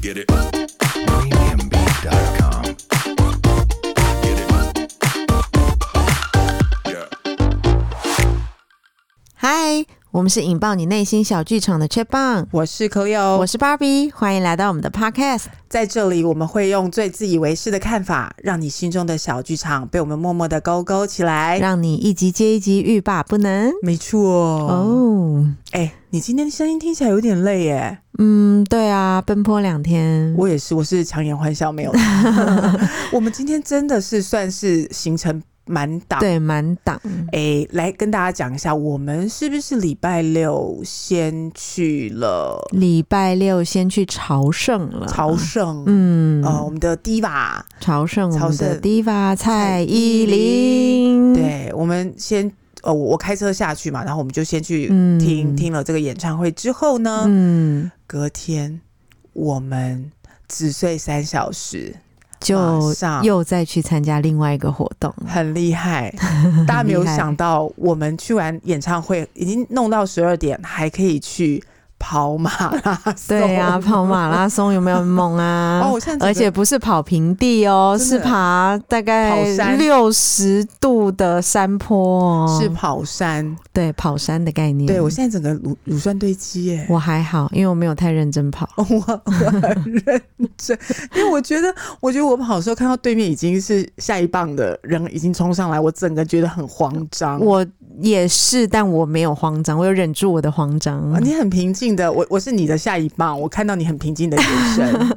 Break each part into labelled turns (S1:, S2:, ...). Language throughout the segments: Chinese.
S1: Get it. Premiumbeat.com. Get it. Yeah.
S2: 嗨，我们是引爆你内心小剧场的 c h e p b
S3: 我是 Cleo，
S2: 我是芭比，欢迎来到我们的 Podcast。
S3: 在这里我们会用最自以为是的看法，让你心中的小剧场被我们默默的勾勾起来。
S2: 让你一集接一集欲罢不能。
S3: 没错哦，
S2: 哦，
S3: 哎、你今天的声音听起来有点累耶。
S2: 嗯，对啊，奔波两天，
S3: 我也是，我是强颜欢笑没有。 我们今天真的是算是行程满档。
S2: 对满档，
S3: 哎、来跟大家讲一下，我们是不是礼拜六先去了
S2: 礼拜六先去朝圣了。
S3: 朝圣？
S2: 嗯，
S3: 呃，我们的 Diva，
S2: 朝圣我
S3: 朝
S2: 们
S3: 圣
S2: 的 Diva 蔡
S3: 依
S2: 依
S3: 林
S2: 林，，
S3: 对，我们先呃，我我开车下去嘛，然后我们就先去
S2: 嗯
S3: 听、听了这个演唱会之后呢，
S2: 嗯，
S3: 隔天我们只睡三小时，
S2: 就
S3: 马上
S2: 又再去参加另外一个活动。
S3: 很厉 害。大家没有想到，我们去完演唱会已经弄到十二点，还可以去跑马拉松。
S2: 对啊，跑马拉松有没有很猛啊？
S3: 哦，我现在
S2: 而且不是跑平地哦，
S3: 真的
S2: 是爬大概
S3: 跑山
S2: 六十度的山坡哦，
S3: 是跑山，
S2: 对跑山的概念。
S3: 对我现在整个乳乳酸堆积耶。。
S2: 我还好，因为我没有太认真跑
S3: 我我很认真，因为我觉得，我觉得我跑的时候看到对面已经是下一棒的人已经冲上来，我整个觉得很慌张。
S2: 我也是，但我没有慌张，我有忍住我的慌张
S3: 啊，你很平静的，我我是你的下一棒，我看到你很平静的眼 神，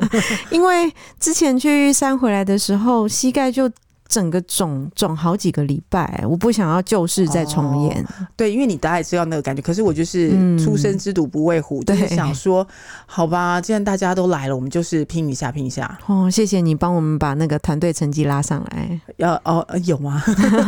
S2: 因为之前去玉山回来的时候，膝盖就整个肿肿好几个礼拜，我不想要旧事再重
S3: 哦
S2: 演。
S3: 对，因为你大概知道那个感觉，可是我就是
S2: 嗯
S3: 初生之犊不畏虎，就是
S2: 对
S3: 想说，好吧，既然大家都来了，我们就是拼一下，拼一下。
S2: 哦，谢谢你帮我们把那个团队成绩拉上来，
S3: 要哦、呃有吗？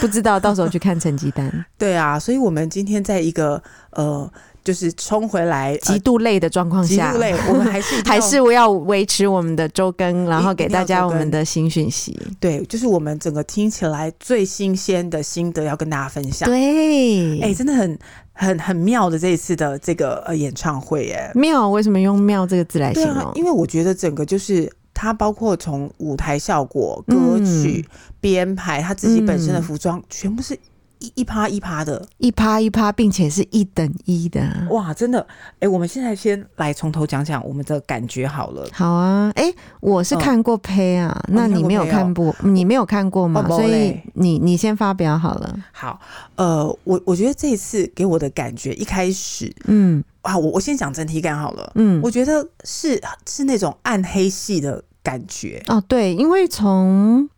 S2: 不知道到时候去看成绩单，
S3: 对啊，所以我们今天在一个呃，就是冲回来
S2: 极
S3: 呃
S2: 度累的状况
S3: 极
S2: 下，
S3: 度累，我们 还是一定
S2: 还
S3: 要
S2: 是我要维持我们的周更，然后给大
S3: 一定
S2: 家
S3: 要
S2: 我
S3: 周更
S2: 们的新讯息。
S3: 对，就是我们整个听起来最新鲜的心得要跟大家分享。
S2: 对，
S3: 哎、真的很很很妙的这一次的这个呃演唱会耶，
S2: 妙为什么用妙这个字来
S3: 对
S2: 形
S3: 啊
S2: 容，？
S3: 因为我觉得整个就是它包括从舞台效果、歌曲编、排，他自己本身的
S2: 嗯
S3: 服装，全部是一一趴一趴的，
S2: 一趴一趴，并且是一等一的啊。
S3: 哇，真的，哎、我们现在先来从头讲讲我们的感觉好了。
S2: 好啊，哎、我是
S3: 嗯
S2: 看过胚啊，那
S3: 你看
S2: 你
S3: 过
S2: 没有
S3: 胚哦
S2: 看过，你没有看过吗？
S3: 哦没
S2: 所以
S3: 嘞
S2: 你你先发表好了。
S3: 好，呃，我我觉得这一次给我的感觉，一开始
S2: 嗯
S3: 啊，我我先讲整体感好了。
S2: 嗯，
S3: 我觉得是是那种暗黑系的感觉，
S2: 哦对，因为从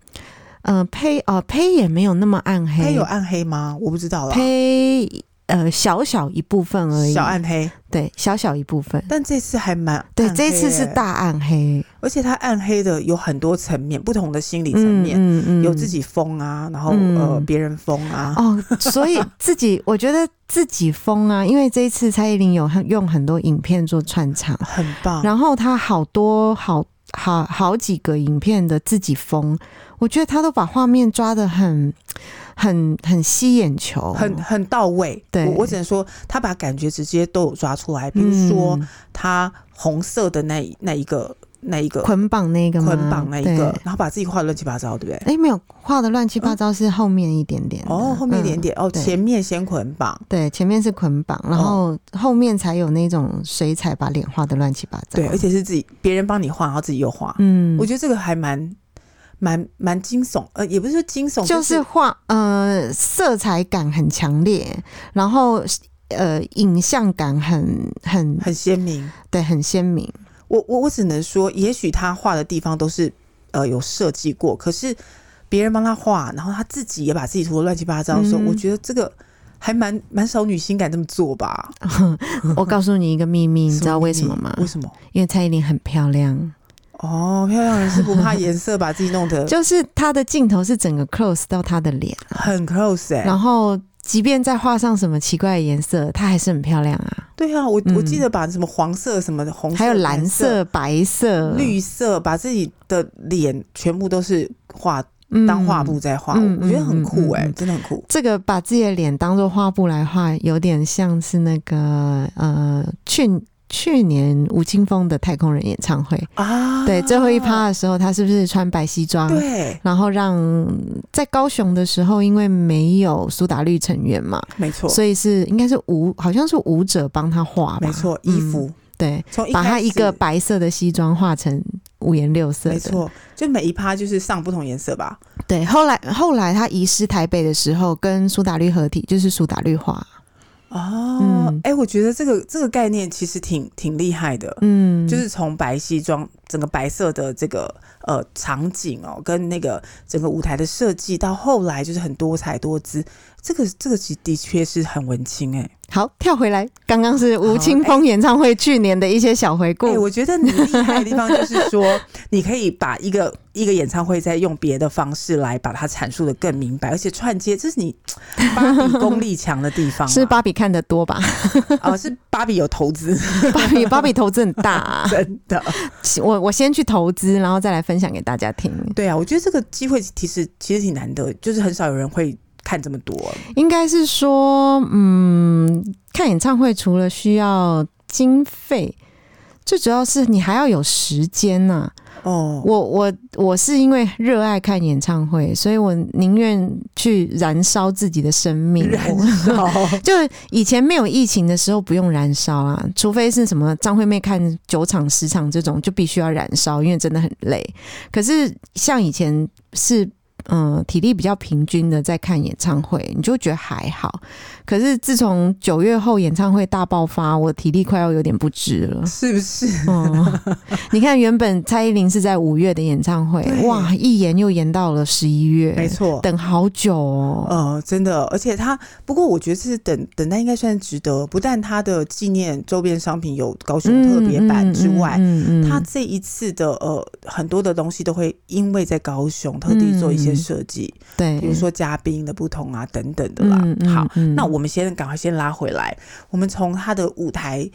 S2: 呃胚哦胚也没有那么暗黑，
S3: 它有暗黑吗？我不知道啦，
S2: 胚呃小小一部分而已，
S3: 小暗黑，
S2: 对小小一部分。
S3: 但这次还蛮
S2: 对，
S3: 暗黑
S2: 这次是
S3: 耶，
S2: 大暗黑
S3: 而且它暗黑的有很多层面，不同的心理层面，
S2: 嗯嗯
S3: 有自己疯啊，然后、
S2: 嗯
S3: 呃别人疯啊，
S2: 哦，所以自己我觉得自己疯啊，因为这一次蔡依林有很用很多影片做串场，
S3: 很棒。
S2: 然后她好多好好好几个影片的自己疯，我觉得她都把画面抓得很很很吸眼球，
S3: 很很到位，
S2: 对
S3: 我我只能说，他把感觉直接都有抓出来。比如说，
S2: 嗯
S3: 他红色的那一那一个那一个
S2: 捆绑那个吗
S3: 捆绑那一个
S2: 对，
S3: 然后把自己画得乱七八糟，对不对？
S2: 哎没有画的乱七八糟是后面一点点的
S3: 哦，后面一点
S2: 嗯
S3: 点、哦，
S2: 对
S3: 前面先捆绑，
S2: 对，前面是捆绑，然后
S3: 哦
S2: 后面才有那种水彩把脸画的乱七八糟。
S3: 对，而且是自己别人帮你画，然后自己又画。
S2: 嗯，
S3: 我觉得这个还蛮蛮蛮惊悚，呃，也不是说惊悚，
S2: 就
S3: 就是
S2: 画呃色彩感很强烈，然后呃影像感很很
S3: 很鲜明。
S2: 对很鲜 明。
S3: 我我我只能说，也许他画的地方都是呃有设计过，可是别人帮他画，然后他自己也把自己涂的乱七八糟的时候，
S2: 嗯
S3: 我觉得这个还蛮蛮少女性敢这么做吧？
S2: 我告诉你一个秘密，啊你知道为什么
S3: 秘密
S2: 吗？
S3: 为什么？
S2: 因为蔡依林很漂亮，
S3: 哦，漂亮人是不怕颜色，把自己弄 得
S2: 就是她的镜头是整个 close 到她的脸，
S3: 很 close 哎、
S2: 然后即便再画上什么奇怪的颜色，她还是很漂亮啊。
S3: 对啊，我、我记
S2: 嗯
S3: 得把什么黄色、什么的红色、
S2: 还有蓝
S3: 蓝色、
S2: 色、白色、
S3: 绿色，把自己的脸全部都是画当画布在画，
S2: 嗯嗯嗯
S3: 我觉得很酷哎、
S2: 嗯嗯嗯
S3: 真的很酷。
S2: 这个把自己的脸当做画布来画，有点像是那个呃，去去年吴青峰的太空人演唱会，
S3: 啊，
S2: 对，最后一趴的时候，他是不是穿白西装？
S3: 对，
S2: 然后让在高雄的时候，因为没有苏打绿成员嘛，
S3: 没错，
S2: 所以是应该是舞，好像是舞者帮他画吧，
S3: 没错，衣
S2: 嗯
S3: 服
S2: 对，
S3: 从
S2: 把他
S3: 他
S2: 一个白色的西装画成五颜六色的，
S3: 没错，就每一趴就是上不同颜色吧。
S2: 对，后来后来他遗失台北的时候，跟苏打绿合体，就是苏打绿画。
S3: 哦，哎、
S2: 嗯
S3: 我觉得这个这个概念其实挺挺厉害的。
S2: 嗯，
S3: 就是从白西装整个白色的这个呃场景哦，跟那个整个舞台的设计，到后来就是很多彩多姿，这个这个其的确是很文青哎、
S2: 好跳回来，刚刚是
S3: 好
S2: 吴青峰演唱会去年的一些小回
S3: 对，
S2: 顾。
S3: 哎我觉得你厉害的地方就是 说，你可以把一个一个演唱会再用别的方式来把它阐述的更明白，而且串接，这是你芭比功力强的地方、啊，
S2: 是芭比看得多吧？
S3: 啊、是芭比有投资，
S2: 芭比芭比投资很大、啊，
S3: 真的。
S2: 我我先去投资，然后再来分享给大家听。
S3: 对啊，我觉得这个机会其实其实挺难得，就是很少有人会看这么多。
S2: 应该是说，嗯，看演唱会除了需要经费，最主要是你还要有时间呐、
S3: 哦，
S2: 我我我是因为热爱看演唱会，所以我宁愿去燃烧自己的生命。
S3: 燃
S2: 我
S3: 烧
S2: 就以前没有疫情的时候不用燃烧啊，除非是什么张惠妹看九场十场这种就必须要燃烧，因为真的很累。可是像以前是嗯、呃体力比较平均的在看演唱会，你就觉得还好。可是自从九月后演唱会大爆发，我体力快要有点不支 了。
S3: 是不是？
S2: 哦，你看，原本蔡依林是在五月的演唱会
S3: 对，
S2: 哇，一延又延到了十一月，
S3: 没，错。
S2: 等好久哦。
S3: 呃，真的，而且他不过我觉得这是等等待应该算是值得，不但他的纪念周边商品有高雄特别版之外，
S2: 嗯嗯嗯
S3: 他这一次的呃很多的东西都会因为在高雄特地做一些设计，
S2: 嗯对，
S3: 比如说嘉宾的不同啊等等的啦。
S2: 嗯嗯
S3: 好，
S2: 嗯
S3: 那我们先赶快先拉回来，我们从他的舞台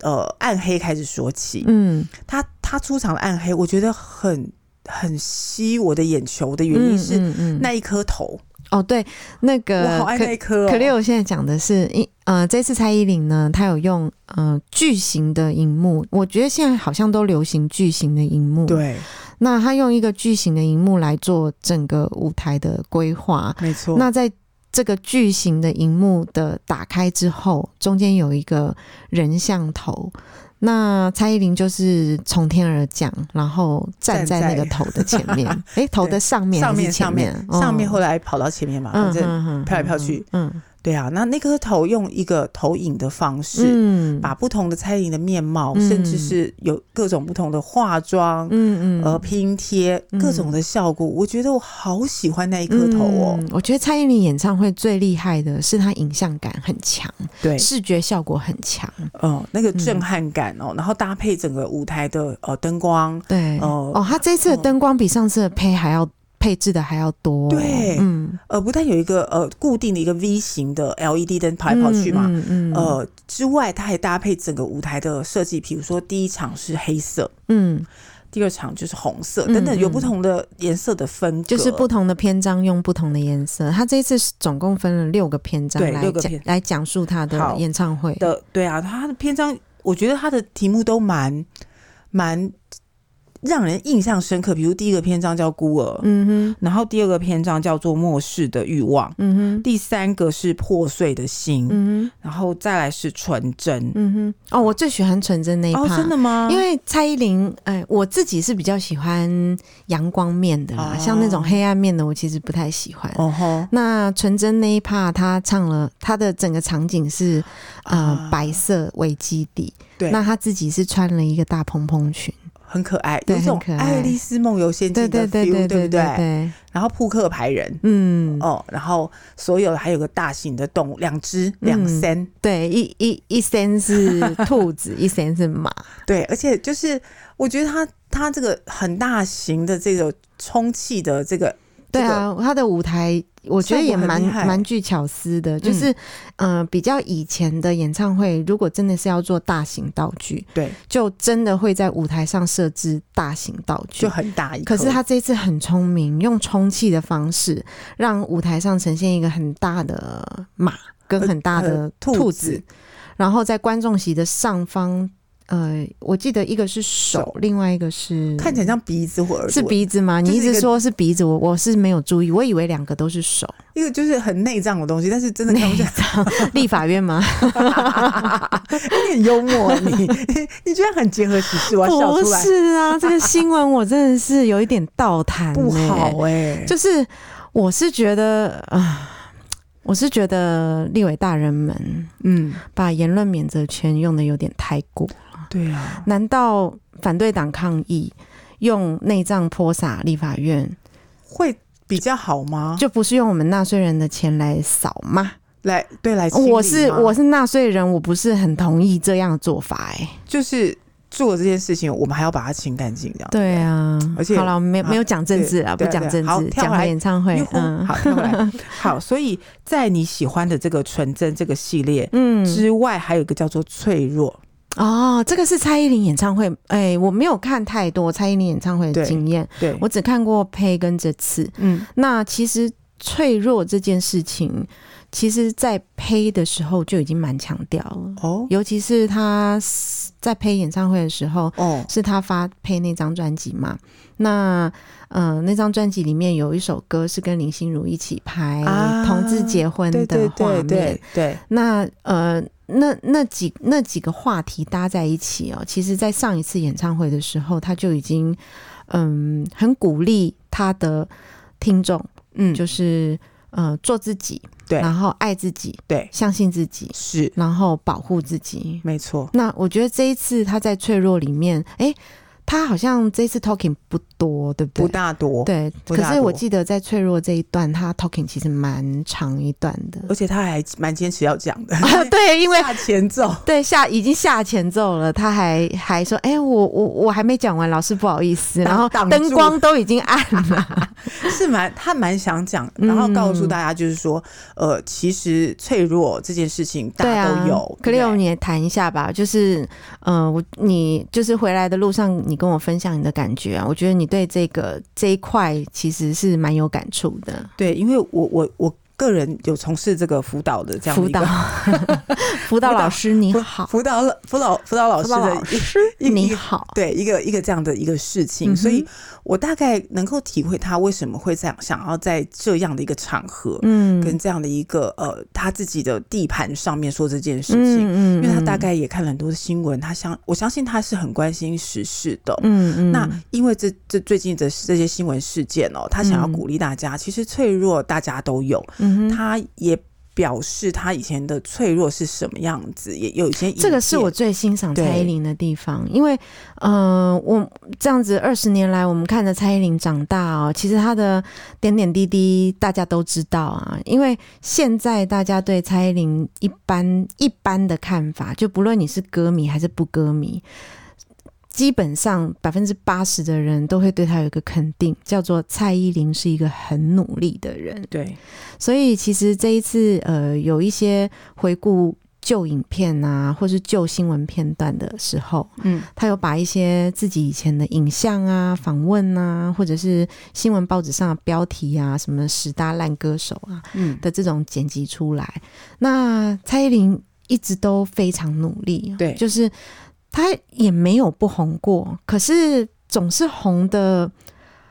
S3: 呃暗黑开始说起。
S2: 嗯，
S3: 他他出场的暗黑，我觉得很很吸我的眼球的原因
S2: 嗯
S3: 是
S2: 嗯嗯
S3: 那一颗头，
S2: 哦，对，那
S3: 我
S2: 个
S3: 好爱那一颗、哦。
S2: 可六现在讲的是，一呃，这次蔡依林呢，她有用呃巨型的荧幕，我觉得现在好像都流行巨型的荧幕，。
S3: 对，
S2: 那她用一个巨型的荧幕来做整个舞台的规划，
S3: 没错。
S2: 那在这个巨型的荧幕的打开之后，中间有一个人像头。那蔡依林就是从天而降，然后站在那个头的前 面，诶，头的上面
S3: 上
S2: 还是
S3: 面
S2: 前
S3: 上面
S2: 哦
S3: 上面后来跑到前面嘛，反正
S2: 嗯
S3: 飘来飘去，
S2: 嗯
S3: 对啊。那那颗头用一个投影的方式，
S2: 嗯
S3: 把不同的蔡依林的面貌，
S2: 嗯
S3: 甚至是有各种不同的化妆。
S2: 嗯
S3: 呃，拼贴
S2: 嗯
S3: 各种的效果，我觉得我好喜欢那一颗头哦。
S2: 嗯我觉得蔡依林演唱会最厉害的是她影像感很强，
S3: 对，
S2: 视觉效果很强，
S3: 嗯，那个
S2: 嗯
S3: 震撼感哦，然后搭配整个舞台的呃灯光，
S2: 对
S3: 哦
S2: 哦，她这次的灯光比上次的配还要配置的还要多，
S3: 对
S2: 嗯，
S3: 呃，不但有一个呃固定的一个 V 型的 LED 灯跑来跑去嘛，
S2: 嗯，嗯嗯
S3: 呃之外，它还搭配整个舞台的设计，比如说第一场是黑色，
S2: 嗯，
S3: 呃第二场就是红色，
S2: 嗯
S3: 等等，
S2: 嗯
S3: 有不同的颜色的分隔，
S2: 就是不同的篇章用不同的颜色。他这一次是总共分了六个篇章
S3: 对
S2: 来
S3: 六个
S2: 讲
S3: 篇
S2: 来讲述他的
S3: 好
S2: 演唱会。
S3: 的，对啊，它的篇章，我觉得它的题目都蛮蛮让人印象深刻，比如第一个篇章叫孤儿，
S2: 嗯哼，
S3: 然后第二个篇章叫做末世的欲望。
S2: 嗯哼，
S3: 第三个是破碎的心，
S2: 嗯哼，
S3: 然后再来是纯真。
S2: 嗯哼。哦，我最喜欢纯真那一
S3: 哦，
S2: 趴，
S3: 真的吗？
S2: 嗯因为蔡依林，哎、我自己是比较喜欢阳光面的啦，
S3: 哦
S2: 像那种黑暗面的，我其实不太喜欢。
S3: 哦吼，
S2: 那纯真那一趴，她唱了，她的整个场景是呃、
S3: 啊
S2: 白色为基底，
S3: 对
S2: 那她自己是穿了一个大蓬蓬裙，
S3: 很可爱，
S2: 对
S3: 有一种
S2: 很可爱
S3: 爱丽丝梦游仙境
S2: 对
S3: 的
S2: 对对
S3: feel，
S2: 对对
S3: 对不对？
S2: 对，
S3: 然后扑克牌人。
S2: 嗯，
S3: 哦，然后所有的还有个大型的动物，两只两
S2: 嗯
S3: 三，
S2: 对，一一一身 是兔子，一身是马，
S3: 对，而且就是我觉得它它这个很大型的这个充气的这个，
S2: 啊对啊，他的舞台我觉得也蛮
S3: 效果很厉害
S2: 蛮具巧思的，就是嗯、呃比较以前的演唱会，如果真的是要做大型道具，
S3: 对，
S2: 就真的会在舞台上设置大型道具
S3: 就。很大一颗。
S2: 可是他这次很聪明，用充气的方式，让舞台上呈现一个很大的马跟很大的
S3: 呃兔
S2: 兔
S3: 子
S2: 子，然后在观众席的上方，呃，我记得一个是手
S3: 手，
S2: 另外一个是
S3: 看起来像鼻子或耳朵，
S2: 是鼻子吗？你
S3: 就是
S2: 一
S3: 一
S2: 直
S3: 个
S2: 说是鼻子，我我是没有注意，我以为两个都是 手。
S3: 一个就是很内脏的东西，但是真的看不出来。
S2: 立法院吗？
S3: 你很幽默，啊你你你居然很结合时事，我要笑
S2: 不
S3: 出来，
S2: 是啊，这个新闻我真的是有一点倒谈、欸
S3: 不好哎、
S2: 就是我是觉得啊。我是觉得立委大人们
S3: 嗯，
S2: 把言论免责权用的有点太过，
S3: 对啊，
S2: 难道反对党抗议用内脏泼洒立法院，
S3: 会比较好吗？
S2: 就不是用我们纳税人的钱来扫吗？
S3: 来，对来清理吗，
S2: 我是我是纳税人，我不是很同意这样的做法、哎，
S3: 哦就是做这件事情，我们还要把它清干净，这样
S2: 对啊，
S3: 而且
S2: 好了，没
S3: 啊
S2: 没有讲政治啊，不
S3: 对对啊
S2: 讲政
S3: 好
S2: 治，
S3: 跳
S2: 讲
S3: 回来
S2: 演唱会
S3: 哟，呼
S2: 嗯
S3: 好，跳回来好，所以在你喜欢的这个纯真这个系列
S2: 嗯，
S3: 之外，还有一个叫做脆弱，
S2: 哦，这个是蔡依林演唱会，哎、我没有看太多蔡依林演唱会的
S3: 对
S2: 经验，
S3: 对，
S2: 我只看过呸跟这次。
S3: 嗯，
S2: 那其实脆弱这件事情，其实在呸的时候就已经蛮强调了，
S3: 哦
S2: 尤其是他在呸演唱会的时候，
S3: 哦，
S2: 是他发配那张专辑嘛？那呃，那张专辑里面有一首歌是跟林心如一起拍
S3: 啊
S2: 同志结婚
S3: 对对
S2: 的画
S3: 对
S2: 面。
S3: 对对，
S2: 那呃，那那几那几个话题搭在一起哦，其实在上一次演唱会的时候，他就已经嗯很鼓励他的听众，
S3: 嗯，
S2: 就是呃做自己，
S3: 对
S2: 然后爱自己，
S3: 对，
S2: 相信自己，
S3: 是
S2: 然后保护自己，
S3: 没错，
S2: 那我觉得这一次他在脆弱里面，哎、他好像这一次 talking 不多，对不对？
S3: 不大多，
S2: 对，
S3: 不
S2: 可
S3: 大
S2: 是我
S3: 多
S2: 记得在脆弱这一段，他 talking 其实蛮长一段的。
S3: 而且他还蛮坚持要讲 的，
S2: 啊，对，因为
S3: 大前奏，
S2: 对下已经下前奏了，他还还说，哎、我我我还没讲完，老师不好意思，
S3: 挡
S2: 然后
S3: 挡
S2: 灯
S3: 住
S2: 光都已经暗了，
S3: 是蛮他蛮想讲，
S2: 嗯
S3: 然后告诉大家就是说，呃，其实脆弱这件事情大
S2: 对
S3: 家
S2: 啊
S3: 都有，
S2: 克
S3: 对
S2: 利欧，
S3: 不对
S2: 你也谈一下吧，就是，呃，我你就是回来的路上，你跟我分享你的感觉啊，我觉得你对这个这一块其实是蛮有感触的。
S3: 对，因为我我我个人有从事这个辅导的这样
S2: 辅
S3: 的一个
S2: 导，辅导老师你好，
S3: 辅导老辅导辅导老
S2: 啊辅
S3: 师
S2: 导
S3: 的
S2: 老
S3: 一
S2: 师
S3: 一
S2: 你好，
S3: 对一个一个这样的一个事
S2: 嗯
S3: 情，
S2: 哼
S3: 所以我大概能够体会他为什么会这样想要在这样的一个场合、
S2: 嗯
S3: 跟这样的一个呃他自己的地盘上面说这件事情，
S2: 嗯
S3: 因为他大概也看了很多的新闻，他相我相信他是很关心时事的。
S2: 嗯嗯，
S3: 那因为这这最近的这些新闻事件哦，他想要
S2: 嗯
S3: 鼓励大家，其实脆弱大家都有，
S2: 嗯哼
S3: 他也表示他以前的脆弱是什么样子，也有一些
S2: 这个是
S3: 影
S2: 我
S3: 片
S2: 最欣赏
S3: 对
S2: 蔡依林的地方，因为呃，我这样子二十年来，我们看着蔡依林长大哦，其实她的点点滴滴大家都知道啊，因为现在大家对蔡依林一般一般的看法，就不论你是歌迷还是不歌迷。基本上百分之八十的人都会对她有一个肯定，叫做蔡依林是一个很努力的人。
S3: 对
S2: 所以其实这一次呃，有一些回顾旧影片啊，或是旧新闻片段的时候，
S3: 嗯
S2: 他有把一些自己以前的影像啊、访问啊，或者是新闻报纸上的标题啊，什么十大烂歌手啊
S3: 嗯
S2: 的这种剪辑出来。那蔡依林一直都非常努力，哦
S3: 对
S2: 就是她也没有不红过，可是总是红的。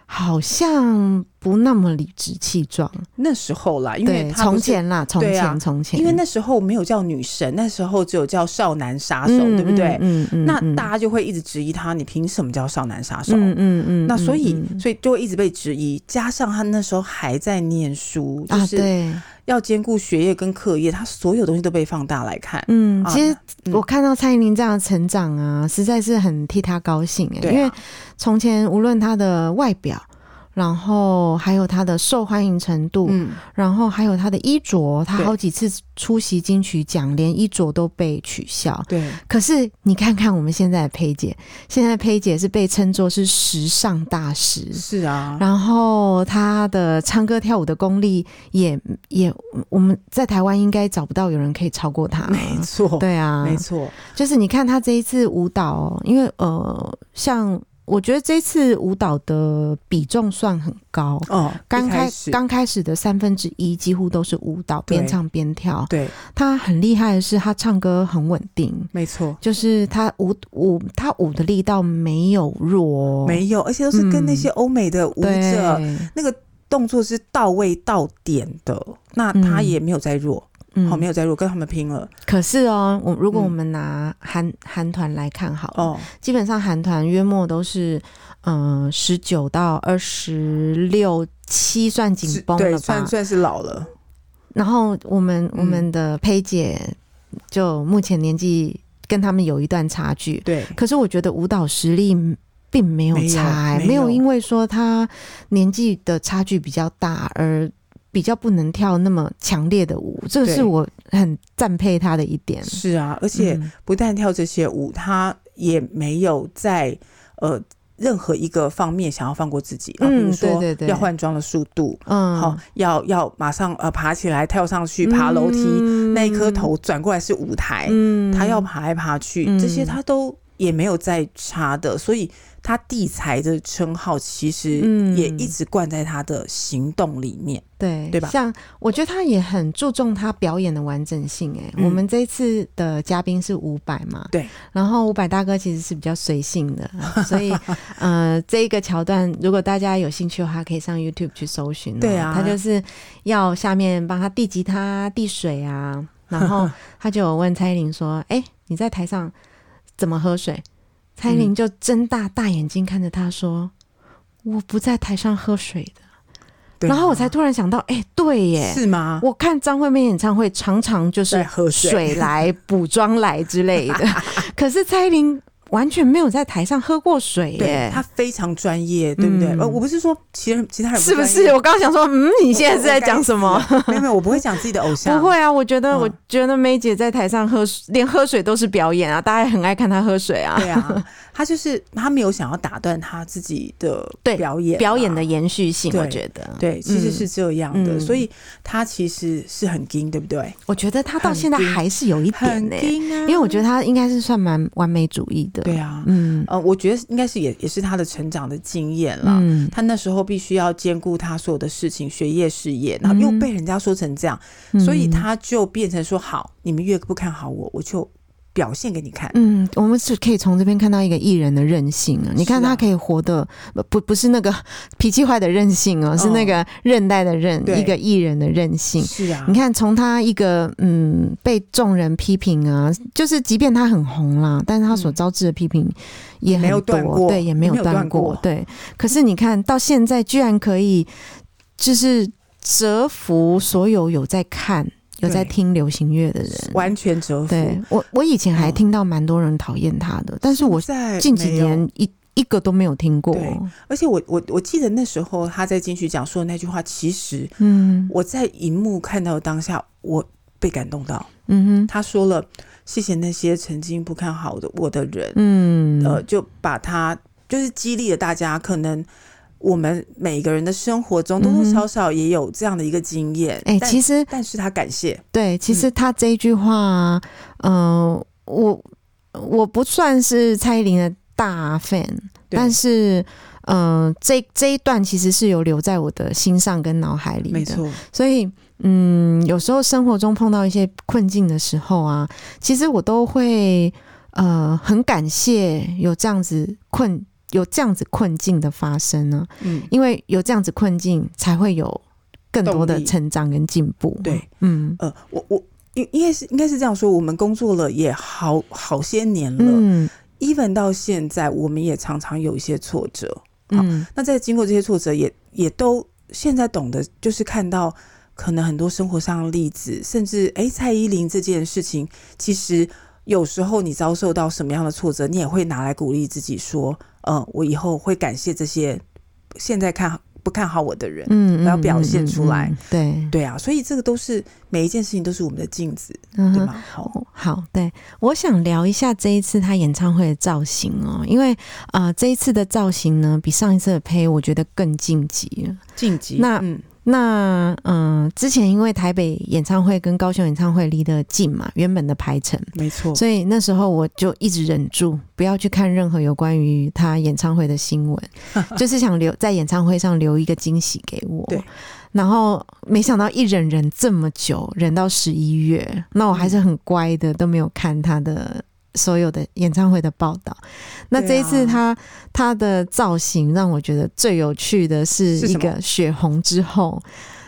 S2: 好像不那么理直气壮，
S3: 那时候啦，因为
S2: 对，
S3: 他不
S2: 从
S3: 是。
S2: 前啦，从
S3: 对啊
S2: 前，从前，
S3: 因为那时候没有叫女神，那时候只有叫少男杀手，
S2: 嗯
S3: 对不对？
S2: 嗯嗯，
S3: 那
S2: 嗯
S3: 大家就会一直质疑他，你凭什么叫少男杀手？
S2: 嗯嗯嗯，
S3: 那所以，
S2: 嗯嗯
S3: 所以就会一直被质疑，加上他那时候还在念书，就
S2: 啊，
S3: 是
S2: 对，
S3: 要兼顾学业跟课业，他所有东西都被放大来看。
S2: 嗯，
S3: 啊
S2: 其实
S3: 嗯
S2: 我看到蔡依林这样的成长啊，实在是很替她高兴哎、
S3: 对啊
S2: 因为从前无论她的外表。然后还有他的受欢迎程度，
S3: 嗯，
S2: 然后还有他的衣着，他
S3: 对
S2: 好几次出席金曲奖，连衣着都被取消。
S3: 对，
S2: 可是你看看我们现在的佩姐，现在佩姐是被称作是时尚大师，
S3: 是啊，
S2: 然后她的唱歌跳舞的功力也也，我们在台湾应该找不到有人可以超过她。
S3: 没错，
S2: 对啊，
S3: 没错，
S2: 就是你看她这一次舞蹈哦，因为呃，像我觉得这次舞蹈的比重算很高，
S3: 哦，
S2: 刚
S3: 一
S2: 开
S3: 开始
S2: 刚开始的三分之一几乎都是舞蹈，
S3: 对
S2: 边唱边跳。
S3: 对，
S2: 她很厉害的是，她唱歌很稳定，
S3: 没错，
S2: 就是她舞舞她舞的力道没有弱哦，
S3: 没有，而且都是跟那些欧美的舞者、
S2: 对，
S3: 那个动作是到位到点的，那他
S2: 嗯
S3: 也没有在弱，哦
S2: 嗯
S3: 好、没有在弱，跟他们拼了
S2: 可是哦，我如果
S3: 嗯
S2: 我们拿韩韩团来看好了，
S3: 哦，
S2: 基本上韩团约莫都是嗯十九到二十六七算紧
S3: 是
S2: 绷
S3: 对，
S2: 了
S3: 算
S2: 吧？
S3: 算是老了，
S2: 然后我们
S3: 嗯
S2: 我们的佩姐就目前年纪跟他们有一段差距，
S3: 对，
S2: 可是我觉得舞蹈实力并没有
S3: 没有
S2: 差、欸，
S3: 没
S2: 没
S3: 有
S2: 有因为说她年纪的差距比较大而。比较不能跳那么强烈的舞，这个
S3: 对
S2: 是我很赞佩她的一点。
S3: 是啊，而且
S2: 嗯
S3: 不但跳这些舞，他也没有在呃任何一个方面想要放过自己，啊，比
S2: 嗯
S3: 如
S2: 对
S3: 说
S2: 对对
S3: 要换装的速度，
S2: 嗯，
S3: 好、要要马上呃爬起来跳上去爬楼梯，那一颗头转过来是舞台，
S2: 嗯，嗯
S3: 他要爬来爬去，这些
S2: 嗯
S3: 他都也没有在差的，所以他地才的称号其实
S2: 嗯
S3: 也一直灌在他的行动里面。
S2: 对
S3: 对吧
S2: 像我觉得他也很注重他表演的完整性、欸。哎、
S3: 嗯
S2: 我们这一次的嘉宾是伍佰嘛，
S3: 对，
S2: 然后伍佰大哥其实是比较随性 的，所以呃，这一个桥段如果大家有兴趣的话，可以上 YouTube 去搜寻哦、
S3: 对啊
S2: 他就是要下面帮他递吉他、递水啊， 然后他就有问蔡依林说：“哎、你在台上怎么喝水？”蔡依林
S3: 嗯
S2: 就睁大大眼睛看着他说：“我不在台上喝水的。”
S3: 对
S2: 然后我
S3: 啊
S2: 才突然想到，哎、对耶，
S3: 是吗？
S2: 我看张惠妹演唱会常常就是
S3: 在喝水
S2: 水来补妆来之类的，可是蔡依林完全没有在台上喝过水
S3: 对
S2: 耶，
S3: 他非常专业，对不对？
S2: 嗯
S3: 呃，我不是说其他人其他人
S2: 是不
S3: 专
S2: 是？
S3: 业？
S2: 我刚刚想说，嗯，你现在是在讲什么？
S3: 没有没有，我不会讲自己的偶 像，
S2: 不会啊，我觉得，
S3: 嗯
S2: 我觉得梅姐在台上喝水，连喝水都是表演啊，大家也很爱看她喝水啊。
S3: 对啊，他就是他没有想要打断他自己的
S2: 对
S3: 表演、
S2: 表演的。延续性，
S3: 对
S2: 我觉得，
S3: 对，其实
S2: 嗯
S3: 是这样的，
S2: 嗯
S3: 所以他其实是很精，对不对？
S2: 我觉得她到现在
S3: 很精
S2: 还是有一点
S3: 很
S2: 呢、
S3: 精啊，
S2: 因为我觉得她应该是算蛮完美主义的。
S3: 对啊，
S2: 嗯
S3: 呃，我觉得应该是也也是他的成长的经验啦。
S2: 嗯，
S3: 他那时候必须要兼顾他所有的事情，学业、事业，然
S2: 嗯
S3: 后又被人家说成这样，所以
S2: 嗯
S3: 他就变成说：好，你们越不看好我，我就表现给你看。
S2: 嗯，我们是可以从这边看到一个艺人的韧性啊！你看
S3: 是啊
S2: 他可以活的不不是那个 脾气坏的任性哦、是那个韧带的韧，
S3: 对
S2: 一个艺人的韧性。
S3: 是啊，
S2: 嗯你看，从他一个嗯被众人批评啊，就是即便他很红啦，但是他所
S3: 嗯
S2: 遭致的批评也
S3: 没有
S2: 很
S3: 断
S2: 多，
S3: 过
S2: 对，也没有
S3: 没有
S2: 断
S3: 断
S2: 过
S3: 过，
S2: 对。可是你看到现在，居然可以就是折服所有有在看、有在
S3: 对
S2: 听流行乐的人，
S3: 完全折服。嗯
S2: 对我，我以前还听到蛮多人讨厌他的，但是我
S3: 在
S2: 近几
S3: 没有
S2: 年一一个都没有听过。
S3: 对而且我我我记得那时候他在金曲奖说的那句话，其实
S2: 嗯
S3: 我在荧幕看到的当下，我被感动到。
S2: 嗯哼
S3: 他说了：“谢谢那些曾经不看好的我的人，
S2: 嗯
S3: 呃，就把他就是激励了大家。可能我们每个人的生活中多
S2: 嗯哼
S3: 多少少也有这样的一个经验。
S2: 哎、
S3: 但嗯
S2: 其实
S3: 但是他感谢，
S2: 对，其实他这一句话，啊呃，我我不算是蔡依林的大 fan，
S3: 对
S2: 但是嗯、呃这这一段其实是有留在我的心上跟脑海里的。
S3: 没错，
S2: 所以，嗯，有时候生活中碰到一些困境的时候啊，其实我都会呃很感谢有这样子困有这样子困境的发生呢、
S3: 嗯，
S2: 因为有这样子困境，才会有更多的
S3: 动力
S2: 成长跟进步。
S3: 对，
S2: 嗯
S3: 呃，我我应应该是应该是这样说，我们工作了也好好些年了、
S2: 嗯
S3: e v e n 到现在，我们也常常有一些挫折。好
S2: 嗯
S3: 那在经过这些挫折也，也都现在懂得，就是看到可能很多生活上的例子，甚至诶，蔡依林这件事情，其实有时候你遭受到什么样的挫折，你也会拿来鼓励自己说，嗯、呃，我以后会感谢这些现在看不看好我的人。
S2: 嗯，
S3: 我要表现出来
S2: 嗯，嗯嗯
S3: 对啊，所以这个都是每一件事情都是我们的镜子，
S2: 对，嗯
S3: 对
S2: 哼
S3: 吗？好，
S2: 哦好，对，我想聊一下这一次他演唱会的造型哦，因为呃，这一次的造型呢，比上一次的胚我觉得更晋级了。
S3: 晋级
S2: 那
S3: 嗯
S2: 那嗯、呃之前因为台北演唱会跟高雄演唱会离得近嘛，原本的排程，
S3: 没错，
S2: 所以那时候我就一直忍住，不要去看任何有关于他演唱会的新 闻，就是想留在演唱会上留一个惊喜给我
S3: 对。
S2: 然后没想到一忍忍这么久，忍到十一月，那我还是很乖的，都没有看他的所有的演唱会的报道。那这一次
S3: 对啊
S2: 他、他的造型让我觉得最有趣的是
S3: 是
S2: 一
S3: 什么
S2: 个血红之后，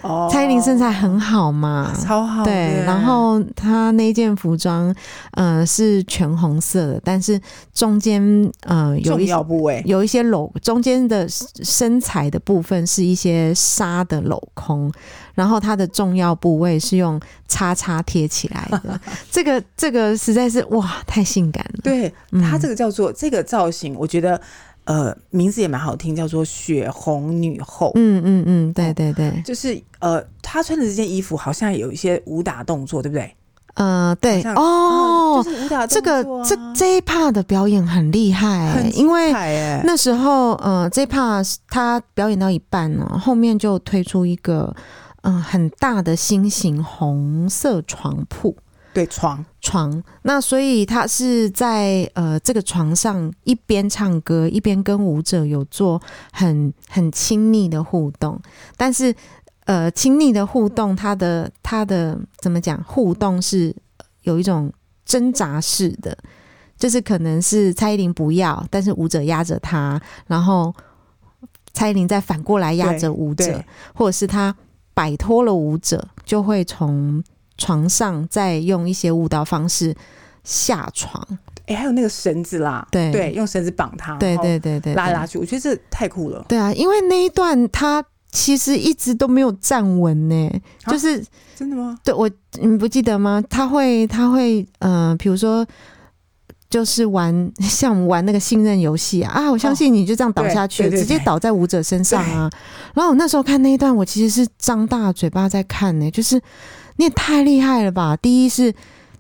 S3: 哦
S2: 蔡依林身材很好嘛，
S3: 超好的耶，
S2: 对，然后她那件服装，呃，是全红色的，但是中间呃有
S3: 重
S2: 一
S3: 要部位
S2: 有一些镂，中间的身材的部分是一些纱的镂空，然后它的重要部位是用叉叉贴起来 的。这个这个实在是哇，太性感了。
S3: 对
S2: 嗯
S3: 它这个叫做这个造型，我觉得呃名字也蛮好听，叫做血红女后。
S2: 嗯嗯嗯，对对对，
S3: 就是呃，她穿的这件衣服好像有一些武打动作，对不对？
S2: 呃，对
S3: 好像
S2: 哦
S3: 嗯，就是武打
S2: 这
S3: 动作、
S2: 个
S3: 啊。
S2: 这这一 part 的表演很厉害、
S3: 很
S2: 因为
S3: 彩哎，
S2: 那时候，呃，这 part 是他表演到一半呢、后面就推出一个，嗯、很大的新型红色床铺
S3: 对床
S2: 床。那所以他是在呃这个床上一边唱歌，一边跟舞者有做很很亲密的互动，但是呃亲密的互动，他的他的怎么讲？互动是有一种挣扎式的，就是可能是蔡依林不要，但是舞者压着她，然后蔡依林再反过来压着舞者
S3: 对，
S2: 或者是她摆脱了舞者，就会从床上再用一些舞蹈方式下床。
S3: 哎、还有那个绳子啦，
S2: 对
S3: 对，用绳子绑它，
S2: 对
S3: 然后
S2: 对对对，对
S3: 拉来拉去，我觉得这太酷了。
S2: 对啊，因为那一段她其实一直都没有站稳呢，
S3: 啊
S2: 就是
S3: 真的吗？
S2: 对我，你不记得吗？他会，他会，呃，比如说，就是玩 像我们玩那个信任游戏啊，啊，我相信你就这样倒下去，
S3: 哦对对对
S2: 直接倒在舞者身上啊。然后我那时候看那一段，我其实是张大嘴巴在看呢、就是你也太厉害了吧！第一是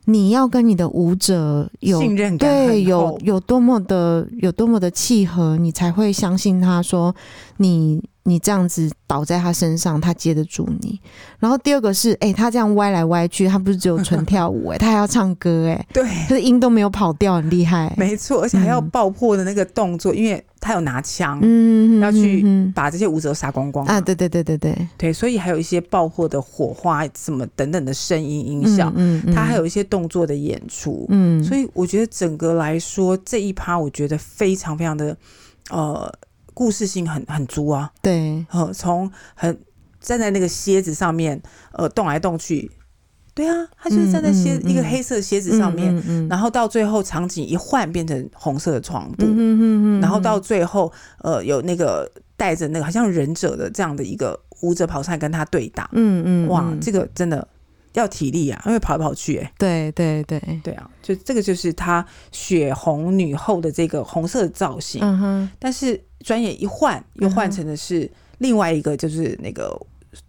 S2: 你要跟你的舞者有
S3: 信任感很
S2: 对，有
S3: 厚
S2: 有多么的有多么的契合，你才会相信他说你你这样子倒在他身上，他接得住你。然后第二个是，哎、他这样歪来歪去，他不是只有 纯跳舞、哎，他还要唱歌、哎，
S3: 对，
S2: 可是音都没有跑掉，很厉害、
S3: 没错，而且还要
S2: 嗯
S3: 爆破的那个动作，因为他有拿枪、
S2: 嗯，嗯
S3: 要去哦
S2: 嗯嗯
S3: 把这些舞者杀光光
S2: 嗯
S3: 嘛
S2: 啊，对对对对对，
S3: 对，所以还有一些爆破的火花什么等等的声音音效，
S2: 嗯
S3: 它还有一些动作的演出，
S2: 嗯，
S3: 所
S2: 以
S3: 以我觉得整个来说这一趴，我觉得非常非常的呃故事性很很足啊，
S2: 对，
S3: 呃，从很站在那个蝎子上面呃动来动去，对啊，他就是站在蝎、
S2: 嗯嗯嗯
S3: 一个黑色蝎子上面，
S2: 嗯，嗯嗯
S3: 然后到最后场景一换变成红色的床布，
S2: 嗯嗯嗯嗯嗯
S3: 然后到最后，呃，有那个带着那个好像忍者的这样的一个舞者跑上来跟他对打，
S2: 嗯嗯，
S3: 哇，
S2: 嗯
S3: 这个真的要体力啊，因为跑来跑去、欸，哎，
S2: 对对对，
S3: 对啊，就这个就是他血红女后的这个红色的造型，
S2: 嗯哼，
S3: 但是专业一换，又换
S2: 嗯哼
S3: 成的是另外一个，就是那个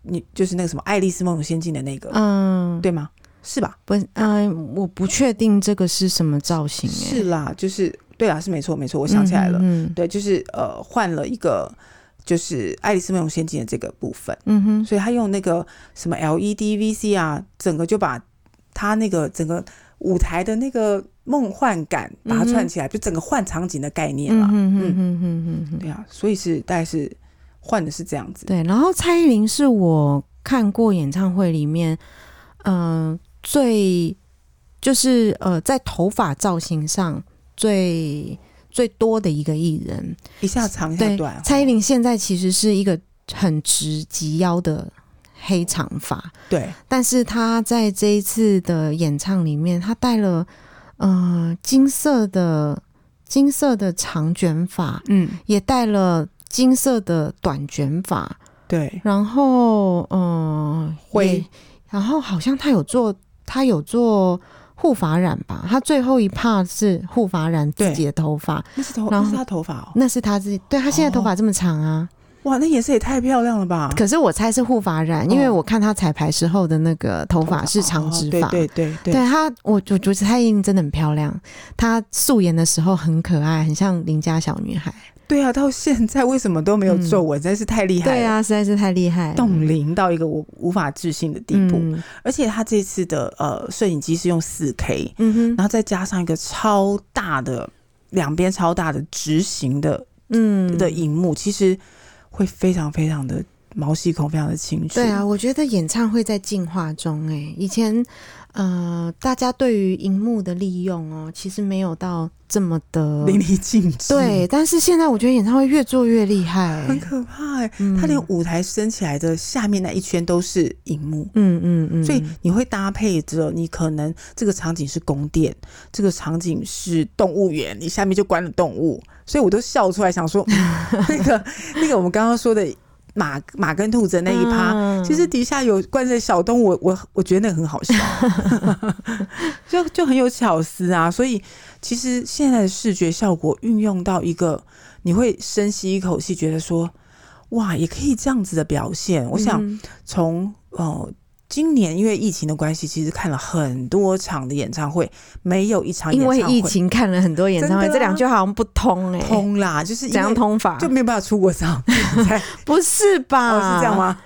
S3: 你就是那个什么《爱丽丝梦游仙境》的那个，
S2: 嗯，
S3: 对吗？是吧？
S2: 不，嗯、我不确定这个是什么造型、欸，
S3: 是啦，就是对啊，是没错没错，我想起来了，
S2: 嗯
S3: 对，就是呃换了一个。就是《爱丽丝梦游仙境》的这个部分，
S2: 嗯哼，
S3: 所以他用那个什么 LED VC 啊，整个就把他那个整个舞台的那个梦幻感把它串起来，就整个换场景的概念
S2: 嗯
S3: 啦。
S2: 哼哼哼哼哼哼，
S3: 对啊，所以是大概是换的是这样子。
S2: 对。然后蔡依林是我看过演唱会里面，嗯、最就是呃，在头发造型上最最多的一个艺人。
S3: 一下长一下
S2: 对
S3: 短哦，，
S2: 蔡依林现在其实是一个很直及腰的黑长发，
S3: 对
S2: 但是他在这一次的演唱里面，他戴了呃金色的金色的长卷发，
S3: 嗯
S2: 也戴了金色的短卷发，
S3: 对
S2: 然后嗯、呃、
S3: 灰
S2: 也然后好像他有做他有做护发染吧，他最后一 part 是护发染自己的头发，
S3: 那是头
S2: 然
S3: 那
S2: 后
S3: 是他头发哦，哦
S2: 那是他自己，对他现在头发这么长啊，
S3: 哇，那颜色也太漂亮了吧！
S2: 可是我猜是护发染，因为
S3: 哦
S2: 我看他彩排时候的那个头发是长直发，
S3: 哦对对对对，
S2: 对她，我我觉得蔡依林真的很漂亮。她素颜的时候很可爱，很像邻家小女孩。
S3: 对啊，到现在为什么都没有皱纹，真是太厉害了。
S2: 嗯对，啊，实在是太厉害了，
S3: 冻龄到一个我无法置信的地步。
S2: 嗯
S3: 而且他这次的呃摄影机是用四 K，
S2: 嗯哼，
S3: 然后再加上一个超大的两边超大的直型的
S2: 嗯
S3: 的荧幕，其实会非常非常的毛细孔非常的清楚。
S2: 对啊，，我觉得演唱会在进化中、欸，哎，以前呃，大家对于荧幕的利用哦，其实没有到这么的
S3: 淋漓尽致，
S2: 对，，但是现在我觉得演唱会越做越厉害、
S3: 很
S2: 欸，
S3: 可怕哎、
S2: 嗯
S3: 它连舞台升起来的下面那一圈都是荧幕。
S2: 嗯嗯嗯，
S3: 所以你会搭配着，你可能这个场景是宫殿，这个场景是动物园，你下面就关了动物，所以我都笑出来，想说、嗯那个那个我们刚刚说的马马跟兔子的那一趴，
S2: 嗯
S3: 其实底下有关着小动物，我我我觉得那个很 好笑，就就很有巧思啊。所以其实现在的视觉效果运用到一个，你会深吸一口气，觉得说，哇，也可以这样子的表现。我想
S2: 嗯
S3: 从呃。今年因为疫情的关系，其实看了很多场的演唱会，没有一啊场
S2: 因
S3: 演唱会
S2: 为疫情看了很多演唱会，
S3: 真的啊
S2: 这两句好像不通哎、欸，
S3: 通啦，就是因为
S2: 怎样通啊法？
S3: 就没有办法出国唱， 才
S2: 不是吧？
S3: 哦是这样？
S2: 啊
S3: 吗？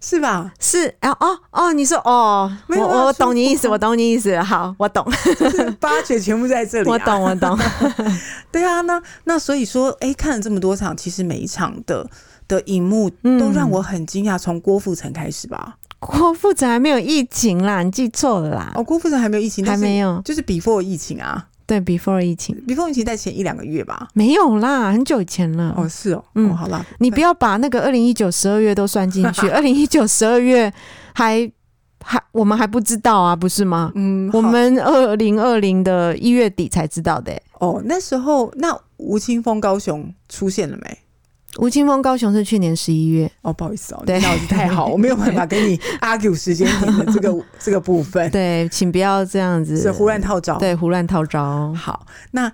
S3: 是吧？
S2: 是啊，哦哦，你说哦，
S3: 没有
S2: 我
S3: 啊
S2: 我我
S3: 说
S2: 懂你意思，
S3: 不
S2: 我懂你意思，好，我懂，
S3: 就是八绝全部在这里、啊，
S2: 我懂，我懂，
S3: 对啊，那那所以说，哎、看了这么多场，其实每一场的的荧幕
S2: 嗯
S3: 都让我很惊讶。从郭富城开始吧，
S2: 郭富城还没有疫情啦，你记错了啦，
S3: 哦，郭富城还没有疫情，
S2: 还
S3: 但是
S2: 没有，
S3: 就是 before 疫情啊
S2: 对，before 疫情
S3: ，before 疫情在前一两个月吧。
S2: 没有啦，很久以前了。
S3: 哦，是哦，
S2: 嗯
S3: 哦，好啦，
S2: 你不要把那个二零一九十二月都算进 去，二零一九十二月还还我们还不知道啊，不是吗？
S3: 嗯，
S2: 我
S3: 好
S2: 们二零二零的一月底才知道的欸、
S3: 哦，那时候那吴青峰高雄出现了没？
S2: 吴青峰高雄是去年十一月，
S3: 哦，不好意思哦，
S2: 对
S3: 你脑子太好，我没有办法 跟你 argue 时间点的这个这个部 分，
S2: 对，请不要这样子，
S3: 是胡乱套招。
S2: 对胡乱套招。
S3: 好，那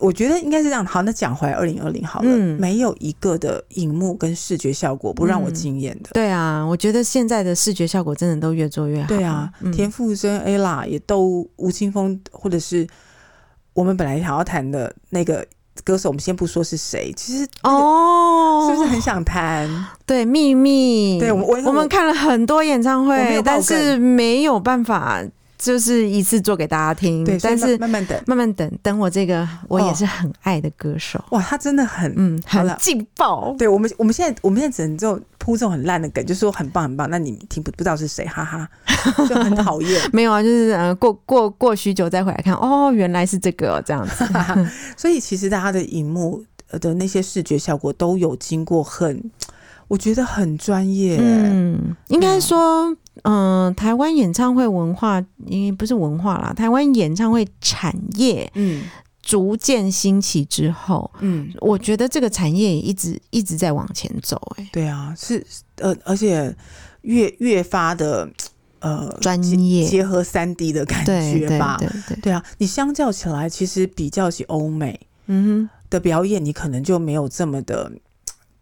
S3: 我觉得应该是这样。好，那讲回来二零二零好了，
S2: 嗯
S3: 没有一个的荧幕跟视觉效果不让我惊艳的。
S2: 对啊，我觉得现在的视觉效果真的都越做越好。
S3: 对啊，
S2: 嗯
S3: 田馥甄、ella 也都吴青峰，或者是我们本来想要谈的那个歌手，我们先不说是谁，其实
S2: 哦，嗯
S3: 是不是很想谈？
S2: 对秘密？
S3: 对我们我
S2: 我们看了很多演唱
S3: 我没
S2: 会
S3: 有，爆
S2: 但
S3: 梗
S2: 是没有办法，就是一次做给大家听。
S3: 对，所以
S2: 但是
S3: 慢慢慢等。
S2: 慢慢等，等我这个我
S3: 哦
S2: 也是很爱的歌手，
S3: 哇，他真的很。
S2: 嗯，
S3: 好
S2: 很
S3: 了
S2: 劲爆。
S3: 对我们，我们现在我们现在只能就铺这种很烂的梗，就说很棒很棒，那你听不不知道是谁，哈哈，就很讨厌。
S2: 没有啊，就是呃，过过过许久再回来看，哦，原来是这个、哦、这样 子。
S3: 所以其实大家的荧幕呃的那些视觉效果都有经过很，我觉得很专业。
S2: 嗯，应该
S3: 嗯
S2: 说，嗯、台湾演唱会文化，因为不是文化啦，台湾演唱会产业
S3: 嗯
S2: 逐渐兴起之后，
S3: 嗯，
S2: 我觉得这个产业也一直一直在往前走、欸，哎，
S3: 对啊，是呃，而且越越发的呃
S2: 专
S3: 结
S2: 业，
S3: 结合三 D 的感
S2: 对
S3: 觉
S2: 对
S3: 吧。
S2: 对对，
S3: 对啊，你相较起来，其实比较起欧美
S2: 嗯哼，
S3: 的表演，你可能就没有这么的，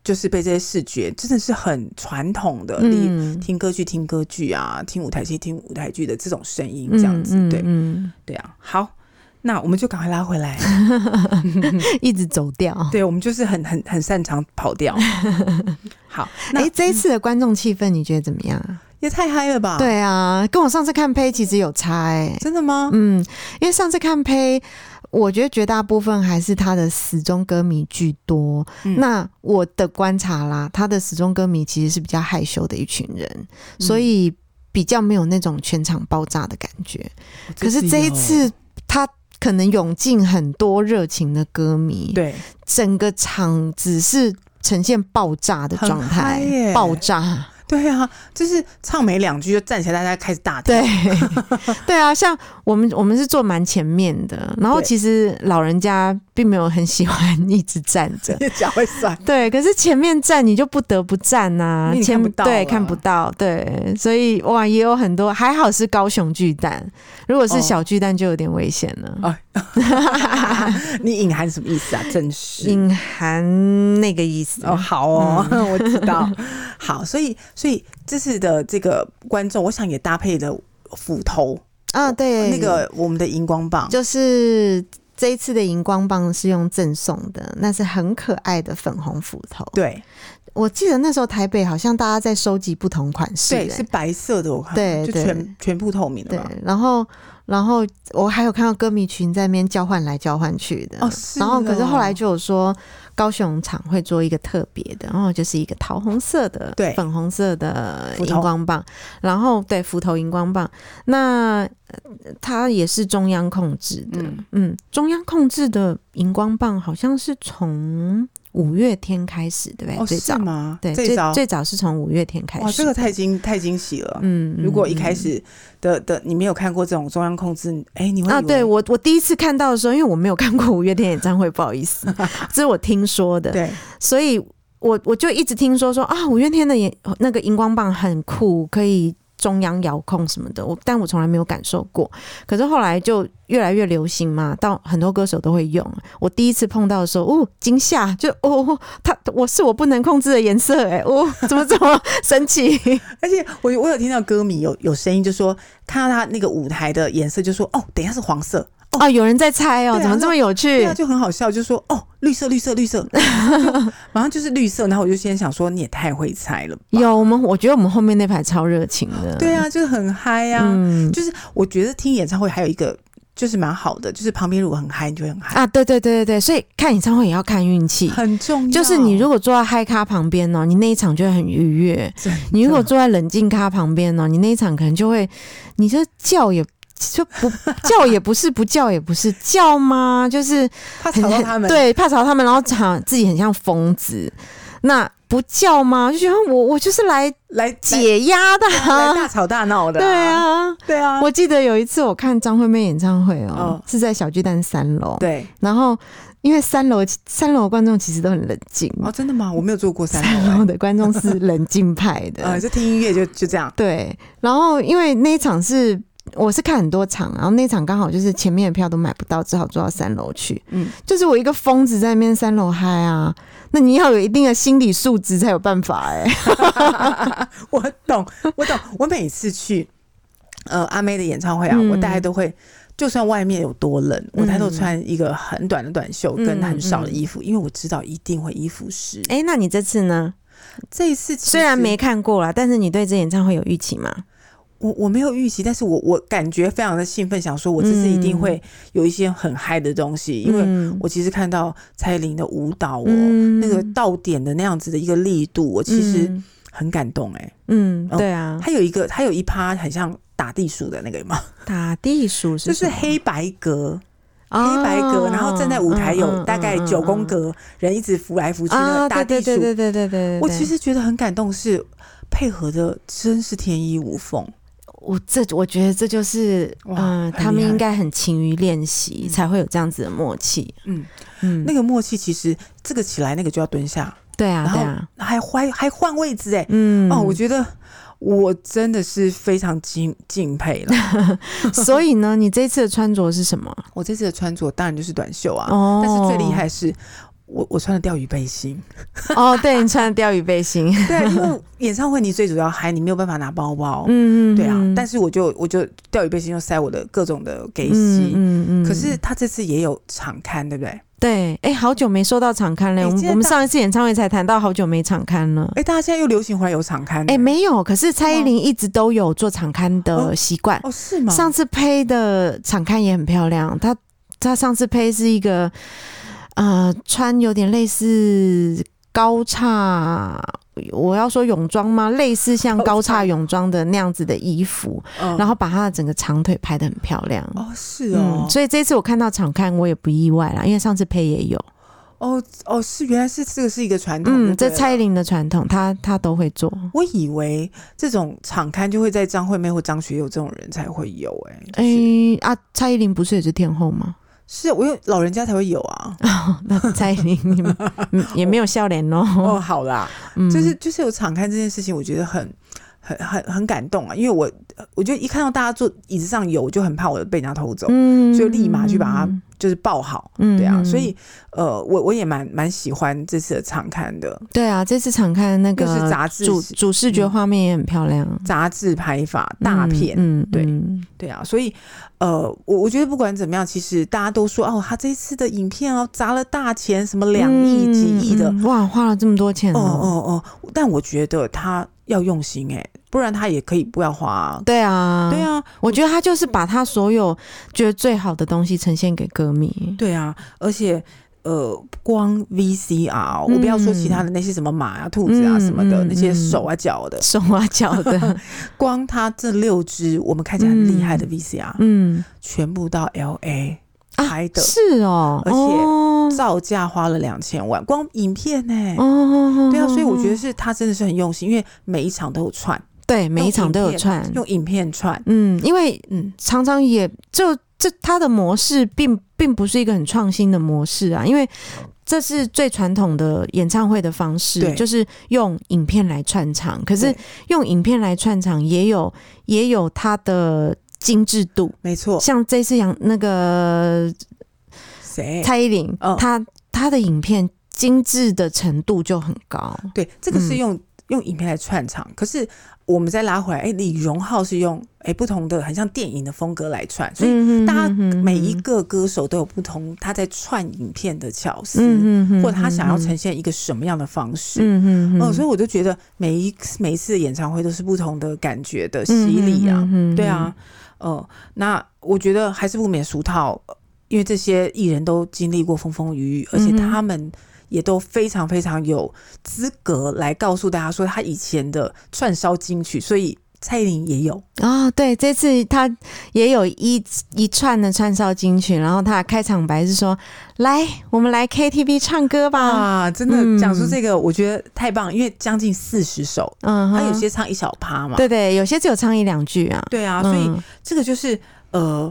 S3: 就是被这些视觉真的是很传统的，例
S2: 嗯
S3: 听歌剧、听歌剧啊，听舞台剧、听舞台剧的这种声音这样子，
S2: 嗯
S3: 对。
S2: 嗯
S3: 对啊，好，那我们就赶快拉 回来。
S2: 嗯一直走掉。
S3: 对，我们就是很很很擅长跑 调。好，那、
S2: 哎、这一次的观众气氛你觉得怎么样啊？
S3: 也太嗨了吧？，
S2: 对啊，跟我上次看胚其实有差哎、
S3: 真的吗？
S2: 嗯，因为上次看胚，我觉得绝大部分还是他的死忠歌迷居多。
S3: 嗯
S2: 那我的观察啦，他的死忠歌迷其实是比较害羞的一群人，
S3: 嗯
S2: 所以比较没有那种全场爆炸的感觉。
S3: 哦
S2: 可是这一，次他。可能涌进很多热情的歌迷
S3: 有， 对，
S2: 整个场只是呈现爆炸的
S3: 很
S2: 状态
S3: 嗨耶，
S2: 爆炸。
S3: 对啊，就是唱没两句就站起来，大家开始大跳。
S2: 对，对啊，像我们 我们是坐蛮前面的，然后
S3: 对
S2: 其实老人家并没有很喜欢一直站着。
S3: 脚会酸。
S2: 对，可是前面站你就不得不站呐、
S3: 因为你
S2: 前
S3: 看不到
S2: 对
S3: 了
S2: 看不到，对，所以哇也有很多，还好是高雄巨蛋，如果是
S3: 哦
S2: 小巨蛋就有点危险了。
S3: 哦你隐含什么意思啊？真是。
S2: 隐嗯含那个意思
S3: 哦，好哦，我知道。好，所以所以这次的这个观众，我想也搭配了斧头，
S2: 啊，对，
S3: 那个我们的荧光棒，
S2: 就是这一次的荧光棒是用赠送的，那是很可爱的粉红斧头。
S3: 对
S2: 我记得那时候台北好像大家在收集不同款式、
S3: 对，
S2: 欸
S3: 是白色的，我看
S2: 对
S3: 就
S2: 对
S3: 全全部透明的
S2: 对
S3: 嘛。，
S2: 然后然后我还有看到歌迷群在那边交换来交换去的，
S3: 哦是
S2: 然后可是
S3: 哦
S2: 后来就有说高雄场会做一个特别的，然后就是一个桃红色的、
S3: 对
S2: 粉红色的
S3: 斧头
S2: 荧光棒，然后对斧头荧光棒，那呃它也是中央控制的，嗯
S3: 嗯
S2: 中央控制的荧光棒好像是从五月天开始，对不对？
S3: 哦，
S2: 哎最
S3: 是
S2: 早。
S3: 吗？
S2: 对，
S3: 这
S2: 最
S3: 招
S2: 最早是从五月天开始。
S3: 哇，这个太惊太惊喜了。
S2: 嗯，嗯
S3: 如果一
S2: 嗯
S3: 开始的的你没有看过这种中央控制，哎，你会
S2: 啊，
S3: 以为
S2: 对我我第一次看到的时候，因为我没有看过五月天演唱会，不好意 思，这是我听说的，
S3: 对
S2: 所以我我就一直听说说啊，五月天的演那个荧光棒很酷，可以中央遥控什么的，我但我从来没有感受过。可是后来就越来越流行嘛，到很多歌手都会用。我第一次碰到的时候，哦，惊吓，就哦，他我是我不能控制的颜色、哎，哦，怎么这 么神奇？
S3: 而且我我有听到歌迷有有声音就说，看到他那个舞台的颜色就说，哦，等一下是黄色，
S2: 啊，有人在猜哦，
S3: 对啊
S2: 怎么这么有
S3: 对
S2: 趣？
S3: 啊，就很好笑，就说哦，绿色，绿色，绿色，就马上就是绿色。然后我就先想说，你也太会猜了吧？
S2: 有我们，我觉得我们后面那排超热情的，
S3: 对啊，就是很嗨呀、啊。
S2: 嗯
S3: 就是我觉得听演唱会还有一个就是蛮好的，就是旁边如果很嗨，你就会很嗨，
S2: 啊，对对对对对，所以看演唱会也要看运气。
S3: 很重要。
S2: 就是你如果坐在嗨咖旁边哦，你那一场就会很愉悦；
S3: 真的
S2: 你如果坐在冷静咖旁边哦，你那一场可能就会，你这叫也就不叫也不是，不叫也不是，叫吗？就是
S3: 怕
S2: 很
S3: 吵到 他们，
S2: 对，怕吵到他们，然后吵自己很像疯子。那不叫吗？就觉得我我就是来
S3: 来来
S2: 解压的、
S3: 来
S2: 啊
S3: 大，吵大闹 的、
S2: 对，啊。
S3: 对啊，
S2: 我记得有一次我看张惠妹演唱会哦，
S3: 嗯
S2: 是在小巨蛋三楼，
S3: 对
S2: 然后因为三楼三楼观众其实都很冷静，
S3: 哦，真的吗？我没有做过三
S2: 三
S3: 楼、
S2: 楼
S3: 欸，
S2: 的观众是冷静派的，
S3: 呃，就听音乐就就这样，
S2: 对。然后因为那一场是我是看很多场，然后那场刚好就是前面的票都买不到，只好坐到三楼去。
S3: 嗯，
S2: 就是我一个疯子在那边三楼嗨啊，那你要有一定的心理素质才有办法哎、
S3: 我懂，我懂。我每次去呃阿妹的演唱会啊，
S2: 嗯
S3: 我大概都会，就算外面有多冷，我大概都
S2: 嗯
S3: 穿一个很短的短袖跟
S2: 嗯
S3: 很少的衣服，因为我知道一定会衣服湿。
S2: 哎、那你这次呢？
S3: 这一次其实
S2: 虽然没看过啦，但是你对这演唱会有预期吗？
S3: 我我没有预期，但是我我感觉非常的兴奋，想说我这次一定会有一些很嗨的东西，因为
S2: 嗯
S3: 我其实看到蔡依林的舞蹈哦，
S2: 嗯
S3: 那个到点的那样子的一个力度，我其实
S2: 嗯
S3: 很感动哎、
S2: 嗯，
S3: 哦
S2: 对啊，
S3: 还有一个，还有一趴很像打地鼠的那个嘛，
S2: 打地鼠
S3: 就是
S2: 什
S3: 是
S2: 么
S3: 黑白格，
S2: 哦
S3: 黑白格，然后站在舞台有
S2: 嗯
S3: 大概
S2: 嗯嗯
S3: 九宫
S2: 嗯
S3: 格，人一直扶来扶去那
S2: 啊，
S3: 个大
S2: 对
S3: 地
S2: 对对对
S3: 鼠。
S2: 对对对，
S3: 我
S2: 对
S3: 其实觉得很感动，是配合的真是天衣无缝。
S2: 我这我觉得这就是
S3: 哇
S2: 嗯、
S3: 很厉害
S2: 他们应该很勤于练习，才会有这样子的默契。
S3: 嗯，
S2: 嗯，
S3: 那个默契其实这个起来，那个就要蹲下，
S2: 对啊
S3: 然
S2: 对
S3: 后
S2: 啊，
S3: 还换还换位置哎、
S2: 嗯
S3: 哦，我觉得我真的是非常敬敬佩了。
S2: 所以呢，你这次的穿着是什么？
S3: 我这次的穿着当然就是短袖啊，
S2: 哦，
S3: 但是最厉害的是我我穿了钓鱼 背心。
S2: 哦，对你穿的钓鱼背 心，
S3: 对，因为演唱会你最主要嗨，你没有办法拿包包。
S2: 嗯嗯，
S3: 对啊，但
S2: 是
S3: 是我就我就钓鱼背心就塞我的各种的给洗。
S2: 嗯
S3: 可是他这次也有场刊，对不对？哎、
S2: 对，哎、好久没收到场刊了。
S3: 哎
S2: 我们
S3: 今天
S2: 我们
S3: 到
S2: 上一次演唱会才谈到好久没场刊了。
S3: 大家现在又流行回来有场刊。
S2: 哎、没有，可是蔡依林一直都有做场刊的
S3: 哦
S2: 习惯。
S3: 哦，是吗？
S2: 上次胚的场刊也很漂亮，她她上次胚是一个呃穿有点类似高叉，我要说泳装吗？类似像高
S3: 高叉
S2: 叉泳装的那样子的衣服，
S3: 嗯
S2: 然后把她的整个长腿拍的很漂亮。嗯
S3: 哦，是哦，
S2: 所以这次我看到场刊我也不意外啦，因为上次胚也有。
S3: 哦哦，是原来是这个是一个传统，
S2: 嗯，
S3: 就对
S2: 这
S3: 了
S2: 蔡依林的传统，她她都会做。
S3: 我以为这种场刊就会在张惠妹或张学友这种人才会有、欸，哎、
S2: 哎、啊，蔡依林不是也是天后 吗？
S3: 是我有老人家才会有啊。
S2: 哦，那蔡依林你 们嗯也没有笑脸哦，
S3: 哦，好啦，
S2: 嗯
S3: 就是就是有敞开这件事情，我觉得很很很很感动啊，因为我我觉得一看到大家坐椅子上有，我就很怕我被人家偷走，
S2: 嗯
S3: 所以立马去把它就是抱好，
S2: 嗯
S3: 对啊，
S2: 嗯
S3: 所以呃，我我也蛮蛮喜欢这次的场刊的，
S2: 对啊，这次常看那
S3: 又是
S2: 个
S3: 杂志
S2: 主主视觉画面也很漂亮，
S3: 杂志拍法大
S2: 嗯
S3: 片，
S2: 嗯，
S3: 对
S2: 嗯
S3: 对啊，所以呃，我我觉得不管怎么样，其实大家都说哦，他这一次的影片哦砸了大钱，什么两亿、
S2: 嗯
S3: 几亿的，
S2: 嗯哇，花了这么多钱
S3: 哦
S2: 哦，
S3: 哦哦，但我觉得他要用心哎、不然他也可以不要花、啊。
S2: 对啊，
S3: 对，啊，
S2: 我觉得他就是把他所有觉得最好的东西呈现给歌迷，
S3: 对啊，而且呃，光 VCR，、我不要说其他的那些什么马啊、兔子啊
S2: 嗯
S3: 什么的，
S2: 嗯
S3: 那些
S2: 嗯
S3: 手啊、脚的，
S2: 手啊脚 的，
S3: 光它这六只我们看起来很厉害的 VCR，、
S2: 嗯，
S3: 全部到 LA
S2: 啊
S3: 拍的，
S2: 是哦，
S3: 而且
S2: 哦
S3: 造价花了两千万，光影片呢、
S2: 哦哦，
S3: 对啊，所以我觉
S2: 得
S3: 得是他真的是很用心，因为每一场都有串，
S2: 对每一场
S3: 啊
S2: 都有串，
S3: 用影片串，
S2: 嗯，因为
S3: 嗯，
S2: 常常也就这它的模式并并不是一个很创新的模式啊，因为这是最传统的演唱会的方式，
S3: 对
S2: 就是用影片来串场。可是
S3: 对
S2: 用影片来串场也有也有它的精致度，
S3: 没错，
S2: 像这次杨那个
S3: 谁？
S2: 蔡依林，
S3: 嗯
S2: 她她的影片精致的程度就很高。
S3: 对，这个是
S2: 嗯
S3: 用、用影片来串场，可是我们再拉回来，哎、李荣浩是用哎、不同的很像电影的风格来串，所以
S2: 以
S3: 大家
S2: 嗯
S3: 每一个歌手都有不同他在串影片的巧思，
S2: 嗯嗯
S3: 或者他想要呈现一个什么样的方式。
S2: 嗯
S3: 嗯
S2: 嗯嗯，
S3: 所以我就觉得每一每一次的演唱会都是不同的感觉的洗礼啊，
S2: 嗯
S3: 对啊，，呃，那我觉得还是不免俗套，呃因为这些艺人都经历过风风雨雨，而且
S2: 嗯哼
S3: 他们也都非常非常有资格来告诉大家说他以前的串烧金曲，所以蔡依林也有，
S2: 啊、对，这次他也有一一串的串烧金曲，然后他的开场白是说：“来，我们来 KTV 唱歌吧。
S3: 哇，啊真的
S2: 嗯
S3: 讲出这个，我觉得太棒，因为将近四十首，
S2: 嗯哼，
S3: 他有些唱一小趴嘛，
S2: 对对，有些只有唱一两句啊。
S3: 对啊，
S2: 嗯
S3: 所以这个就是呃。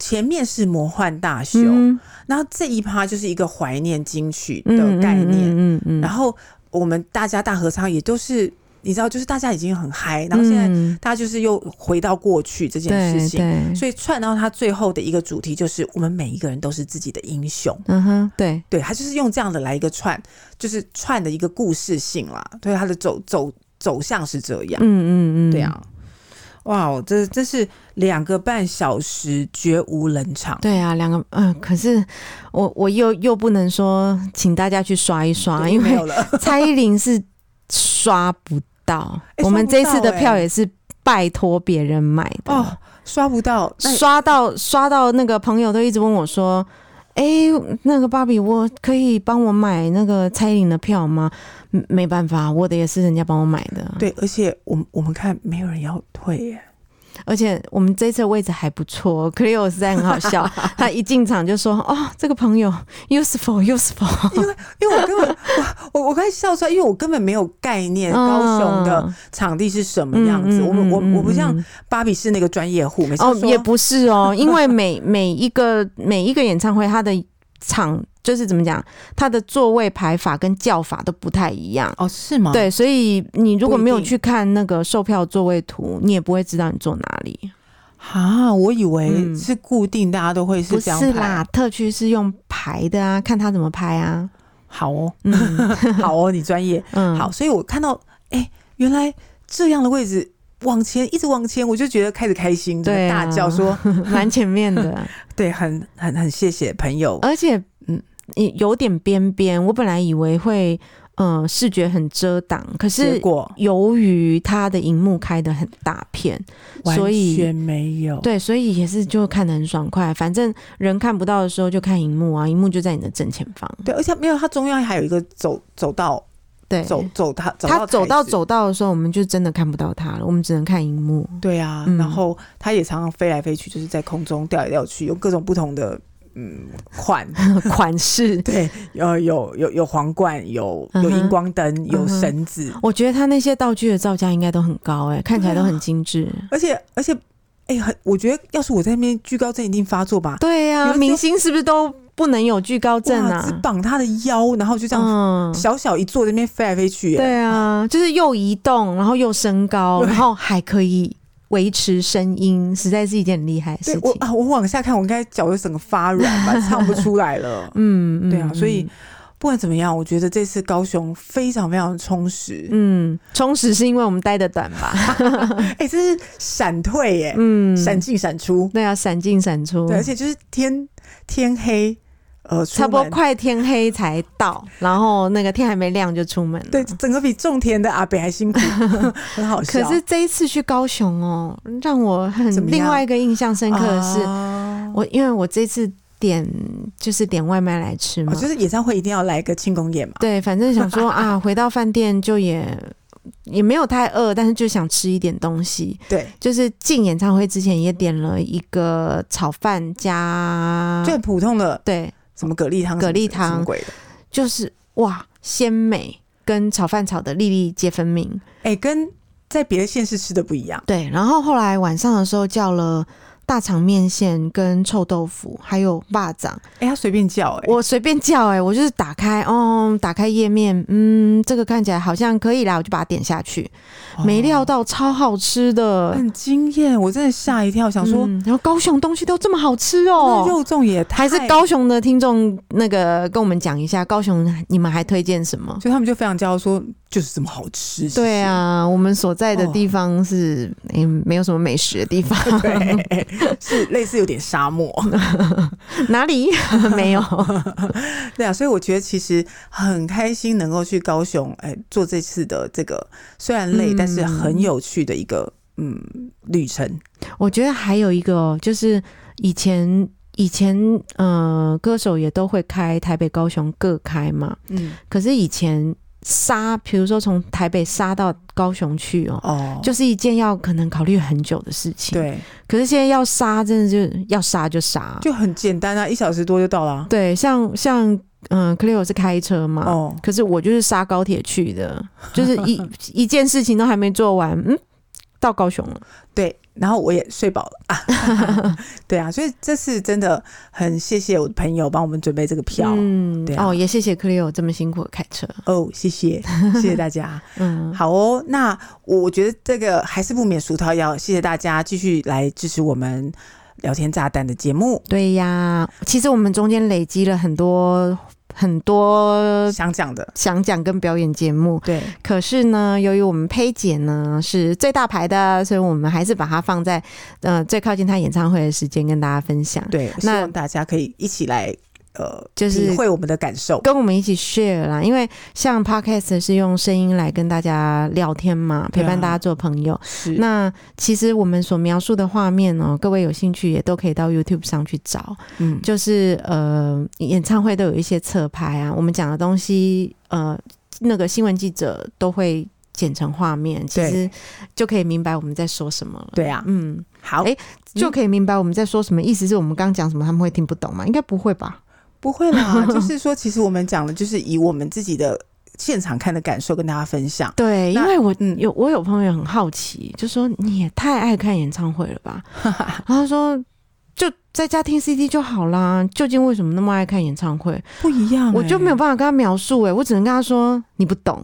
S3: 前面是魔幻大秀，
S2: 嗯
S3: 然后这一趴就是一个怀念金曲
S2: 嗯
S3: 的概念，
S2: 嗯嗯嗯，
S3: 然
S2: 后
S3: 后我们大家大合唱也都是，你知道，就是大家已经很嗨，然后现在
S2: 嗯、
S3: 大家就是又回到过去这件事
S2: 对
S3: 情，
S2: 对，
S3: 所以串到他最后的一个主题就是我们每一个人都是自己的英雄。
S2: 嗯哼，对，
S3: 对啊他就是用这样的来一个串，就是串的一个故事性啦，对他的走走走向是这样，
S2: 嗯嗯嗯，
S3: 对，啊。哇，哦，这这是两个半小时，绝无冷场。
S2: 对啊，两个嗯、可是我我又又不能说请大家去刷一刷，
S3: 对
S2: 啊因
S3: 没有
S2: 为
S3: 了，
S2: 蔡依林是刷不到，
S3: 哎
S2: 我们
S3: 刷
S2: 这
S3: 不
S2: 次的
S3: 到哎
S2: 票也是拜托别人买的
S3: 哦，刷不到，那
S2: 刷到刷到那个朋友都一直问我说：“哎、那个芭比，我可以帮我买那个蔡依林的票吗？”嗯没办法，我的也是人家帮我买的。，
S3: 对，而且我们我们看没有人要退耶，
S2: 而且我们这次的位置还不错，Cleo 实在很好 笑，他一进场就说：“哦，这个朋友 useful useful，
S3: 因为因为我根 本我我我快笑出来，因为我根本没有概念高雄的场地是什么样
S2: 嗯嗯
S3: 子。
S2: 嗯
S3: 我们我
S2: 嗯嗯
S3: 我不像
S2: 嗯
S3: 芭比是那个专业户，每次
S2: 哦，
S3: 说
S2: 也不是 哦，因为每每一个每一个演唱会，它的场就是怎么讲，它的座位排法跟叫法都不太一样。”
S3: 哦是吗？，
S2: 对，所以你如果
S3: 不一
S2: 没有
S3: 定
S2: 去看那个售票座位图，你也不会知道你坐哪里。
S3: 啊，我以为
S2: 嗯
S3: 是固定，大家都会
S2: 不
S3: 这样
S2: 是
S3: 排
S2: 啦，特区是用排的啊，看他怎么排啊。
S3: 好 哦，
S2: 嗯
S3: 好哦，你专业
S2: 嗯，
S3: 好，，所以我看到哎、原来这样的位置。往前一直往前，我就觉得开始开心，整个
S2: 对啊
S3: 大叫说
S2: 蛮前面的，：“
S3: 对，很很很谢谢朋友。
S2: 而且嗯，也有点边边。我本来以为会呃视觉很遮挡，可”
S3: 结
S2: 是
S3: 果
S2: 由于它的荧幕开的很大片，所以
S3: 完全没有，
S2: 对，所以也是就看得很爽快。反正人看不到的时候就看荧幕啊，荧幕就在你的正前方。
S3: 对，而且没有，它中央还有一个走走道
S2: 对，
S3: 走走他走
S2: 他走到
S3: 到台子，
S2: 走到的时候，我们就真的看不到他了，我们只能看荧幕。
S3: 对啊，
S2: 嗯
S3: 然后他也常常飞来飞去，就是在空中掉来掉去，有各种不同的嗯 款，
S2: 款式。
S3: 对，有有有有皇冠，有
S2: 嗯
S3: 有
S2: 哼
S3: 荧光灯，有
S2: 嗯哼
S3: 绳子，
S2: 我觉得他那些道具的造价应该都很高、哎，看起来都很精致。
S3: 而且而且，哎、很，我觉得要是我在那边居高症一定发作吧。
S2: 对呀、
S3: 有的时候
S2: 明星是不是都不能有惧高症
S3: 哇，只
S2: 啊？
S3: 绑他的腰，然后就这样
S2: 嗯，
S3: 小小一坐在那边飞来飞去、耶
S2: 对啊，就是又移动，然后又升高，
S3: 对
S2: 然后还可以维持声音，实在是一件很厉害的
S3: 对
S2: 事
S3: 我
S2: 情。
S3: 啊，我往下看，我应该脚就整个发软吧，唱不出来了。
S2: 嗯，嗯
S3: 对啊，所以
S2: 嗯
S3: 不管怎么样，我觉得这次高雄非常非常充实。
S2: 嗯，充实是因为我们待的短吧？
S3: 哎、这是闪退耶、
S2: 嗯，
S3: 闪进闪出，
S2: 对啊，闪进闪出，
S3: 对，而且就是天天黑，呃，出
S2: 差不多
S3: 门。
S2: 快天黑才到，然后那个天还没亮就出门了。
S3: 对，整个比种田的阿北 还辛苦，很好笑。
S2: 可是这一次去高雄哦，让我很
S3: 怎么样
S2: 另外一个印象深刻的是，
S3: 啊
S2: 我因为我这次点就是点外卖来吃嘛，
S3: 哦就是演唱会一定要来一个庆功宴嘛。
S2: 对，反正想 说啊，回到饭店就也也没有太饿，但是就想吃一点东西。
S3: 对，
S2: 就是进演唱会之前也点了一个炒饭加
S3: 最普通的
S2: 对，
S3: 什么蛤蜊汤、
S2: 啊蛤蜊
S3: 什么什么
S2: 汤
S3: 鬼的。
S2: 就是哇鲜美，跟炒饭炒的粒粒皆分明。
S3: 哎、跟在别的县市吃的不一样。
S2: 对，然后后来晚上的时候叫了。大肠面线跟臭豆腐，还有霸掌，
S3: 哎、他随便叫、哎，
S2: 我随便叫哎、我就是打开，哦，打开页面，嗯，这个看起来好像可以啦，我就把它点下去，
S3: 哦
S2: 没料到超好吃的，
S3: 哎很惊艳，我真的吓一嗯跳，想说、
S2: 嗯然后高雄东西都这么好吃
S3: 那
S2: 哦。
S3: 肉粽也
S2: 还
S3: 太
S2: 是高，雄的听众，那个跟我们讲一下，高雄你们还推荐什么？
S3: 所以他们就非常骄傲说就是哦这么好吃。
S2: 对啊，我们所在的地方是嗯、没有什么美食的地 方，
S3: 是不是，对，是类似有点沙漠。
S2: 哪 里没有？
S3: 对啊，所以我觉得其实很开心能够去高雄，哎、做这次的这个虽然累，
S2: 嗯
S3: 但是很有趣的一个嗯旅程。
S2: 我觉得还有一个哦，就是以前以前呃，歌手也都会开台北、高雄各开嘛，
S3: 嗯，
S2: 可是以前杀，比如说从台北杀到高雄去哦，
S3: 哦，
S2: 就是一件要可能考虑很久的事情。。
S3: 对，
S2: 可是现在要杀，真的就是要杀就杀。
S3: 就很简单啊，一小时多就到了啊。
S2: 对，像像嗯、c l e o 是开车嘛，
S3: 哦，
S2: 可是我就是杀高铁去 的，就是一一件事情都还没做完，嗯，到高雄了。
S3: 对，然后我也睡饱了 啊。 对啊，所以这次真的很谢谢我的朋友帮我们准备这个票。
S2: 嗯
S3: 对啊
S2: 哦，也谢谢 Cleo 这么辛苦的开车。
S3: 哦，谢谢，谢谢大家。
S2: 嗯，
S3: 好哦，那我我觉得这个还是不免俗套，要谢谢大家继续来支持我们聊天炸弹的节目。
S2: 对呀，其实我们中间累积了很多很多
S3: 想讲的，
S2: 想讲跟表演节目，
S3: 对，
S2: 可是呢，由于我们佩姐呢是最大牌的，所以我们还是把它放在呃最靠近她演唱会的时间跟大家分享，
S3: 对，希
S2: 那
S3: 望大家可以一起来，呃，
S2: 就是
S3: 体会我们的感受。
S2: 跟我们一起 share 啦。因为像 podcast 是用声音来跟大家聊天嘛，
S3: 对啊
S2: 陪伴大家做朋友。
S3: 是
S2: 那其实我们所描述的画面哦，各位有兴趣也都可以到 YouTube 上去找，
S3: 嗯，
S2: 就是呃演唱会都有一些侧拍啊，我们讲的东西呃那个新闻记者都会。剪成画面，其
S3: 对
S2: 实就可以明白我们在说什么了。
S3: 对啊，
S2: 嗯，
S3: 好，
S2: 哎就可以明白我们在说什么。意思是我们刚讲什么，他们会听不懂吗？应该不会吧？
S3: 不 会啦，就是说，其实我们讲的就是以我们自己的现场看的感受跟大家分享。
S2: 对，因
S3: 那
S2: 为我
S3: 嗯
S2: 有我有朋友很好奇，就说你也太爱看演唱会了吧？ 然后说就在家听 CD 就好啦，究竟为什么那么爱看演唱会？
S3: 不一样、哎
S2: 我就没有。办法跟他描述、欸，我只能跟他说你不懂，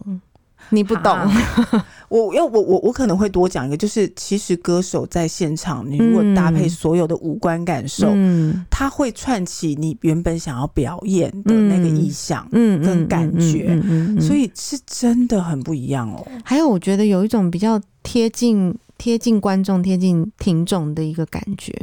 S2: 你不懂。
S3: 啊
S2: 嗯啊
S3: 我要我我我可能会多讲一个，就是其实歌手在现场，你如果搭配所有的五官感受，
S2: 嗯
S3: 它会串起你原本想要表演的那个意象，
S2: 嗯
S3: 跟感觉
S2: 嗯嗯嗯嗯
S3: 所以是真的很不一样哦。
S2: 还有，我觉得有一种比较贴近贴近观众、贴近听众的一个感觉，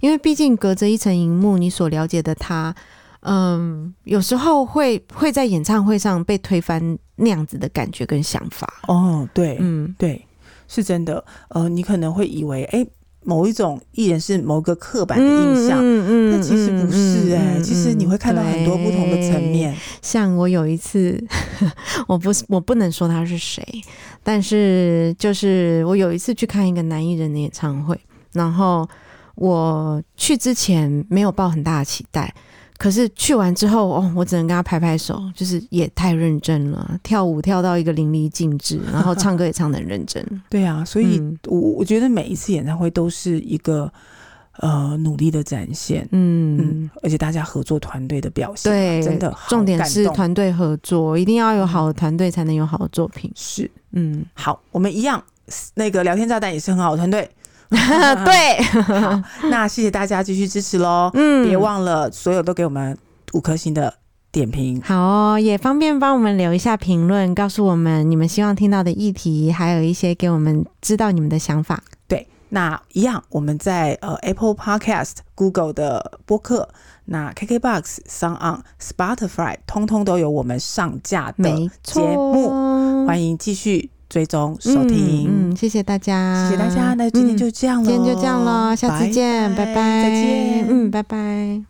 S2: 因为毕竟隔着一层荧幕，你所了解的他，嗯，有时候会会在演唱会上被推翻那样子的感觉跟想法。
S3: 哦，对，
S2: 嗯，
S3: 对，是真的。呃，你可能会以为，哎、某一种艺人是某个刻板的印象。
S2: 嗯
S3: 但其实不是哎、其实你会看到很多不同的层。
S2: 嗯嗯嗯对
S3: 面，
S2: 像我有一次， 我不是我不能说他是谁，但是就是我有一次去看一个男艺人的演唱会，然后。我去之前没有抱很大的期待，可是去完之后，哦，我只能跟他拍拍手，就是也太认真了，跳舞跳到一个淋漓尽致，然后唱歌也唱得很认 真。
S3: 对啊，所以
S2: 嗯
S3: 我我觉得每一次演唱会都是一个呃努力的展现，
S2: 嗯
S3: 嗯，而且大家合作团队的表现啊，
S2: 对，
S3: 真的好
S2: 重点
S3: 感
S2: 是
S3: 动
S2: 团队合作，一定要有好的团队才能有好的作品。
S3: 是
S2: 嗯，
S3: 好，我们一样，那个聊天炸弹也是很好的团队，
S2: 对，
S3: 那谢谢大家继续支持喽，
S2: 嗯，
S3: 别忘了所有都给我们五颗星的点评，
S2: 好哦，也方便帮我们留一下评论，告诉我们你们希望听到的议题，还有一些给我们知道你们的想法。
S3: 对。那一样，我们在呃 Apple Podcast、Google 的播客、那 KKBox、Sound On、Spotify，通通都有我们上架的
S2: 没错，
S3: 节目欢迎继续追踪收听。
S2: 嗯，嗯谢谢大家，
S3: 谢谢大家，那今天
S2: 嗯
S3: 就这样了、
S2: 今天就这样了，下次见，拜
S3: 再见，
S2: 嗯，拜拜。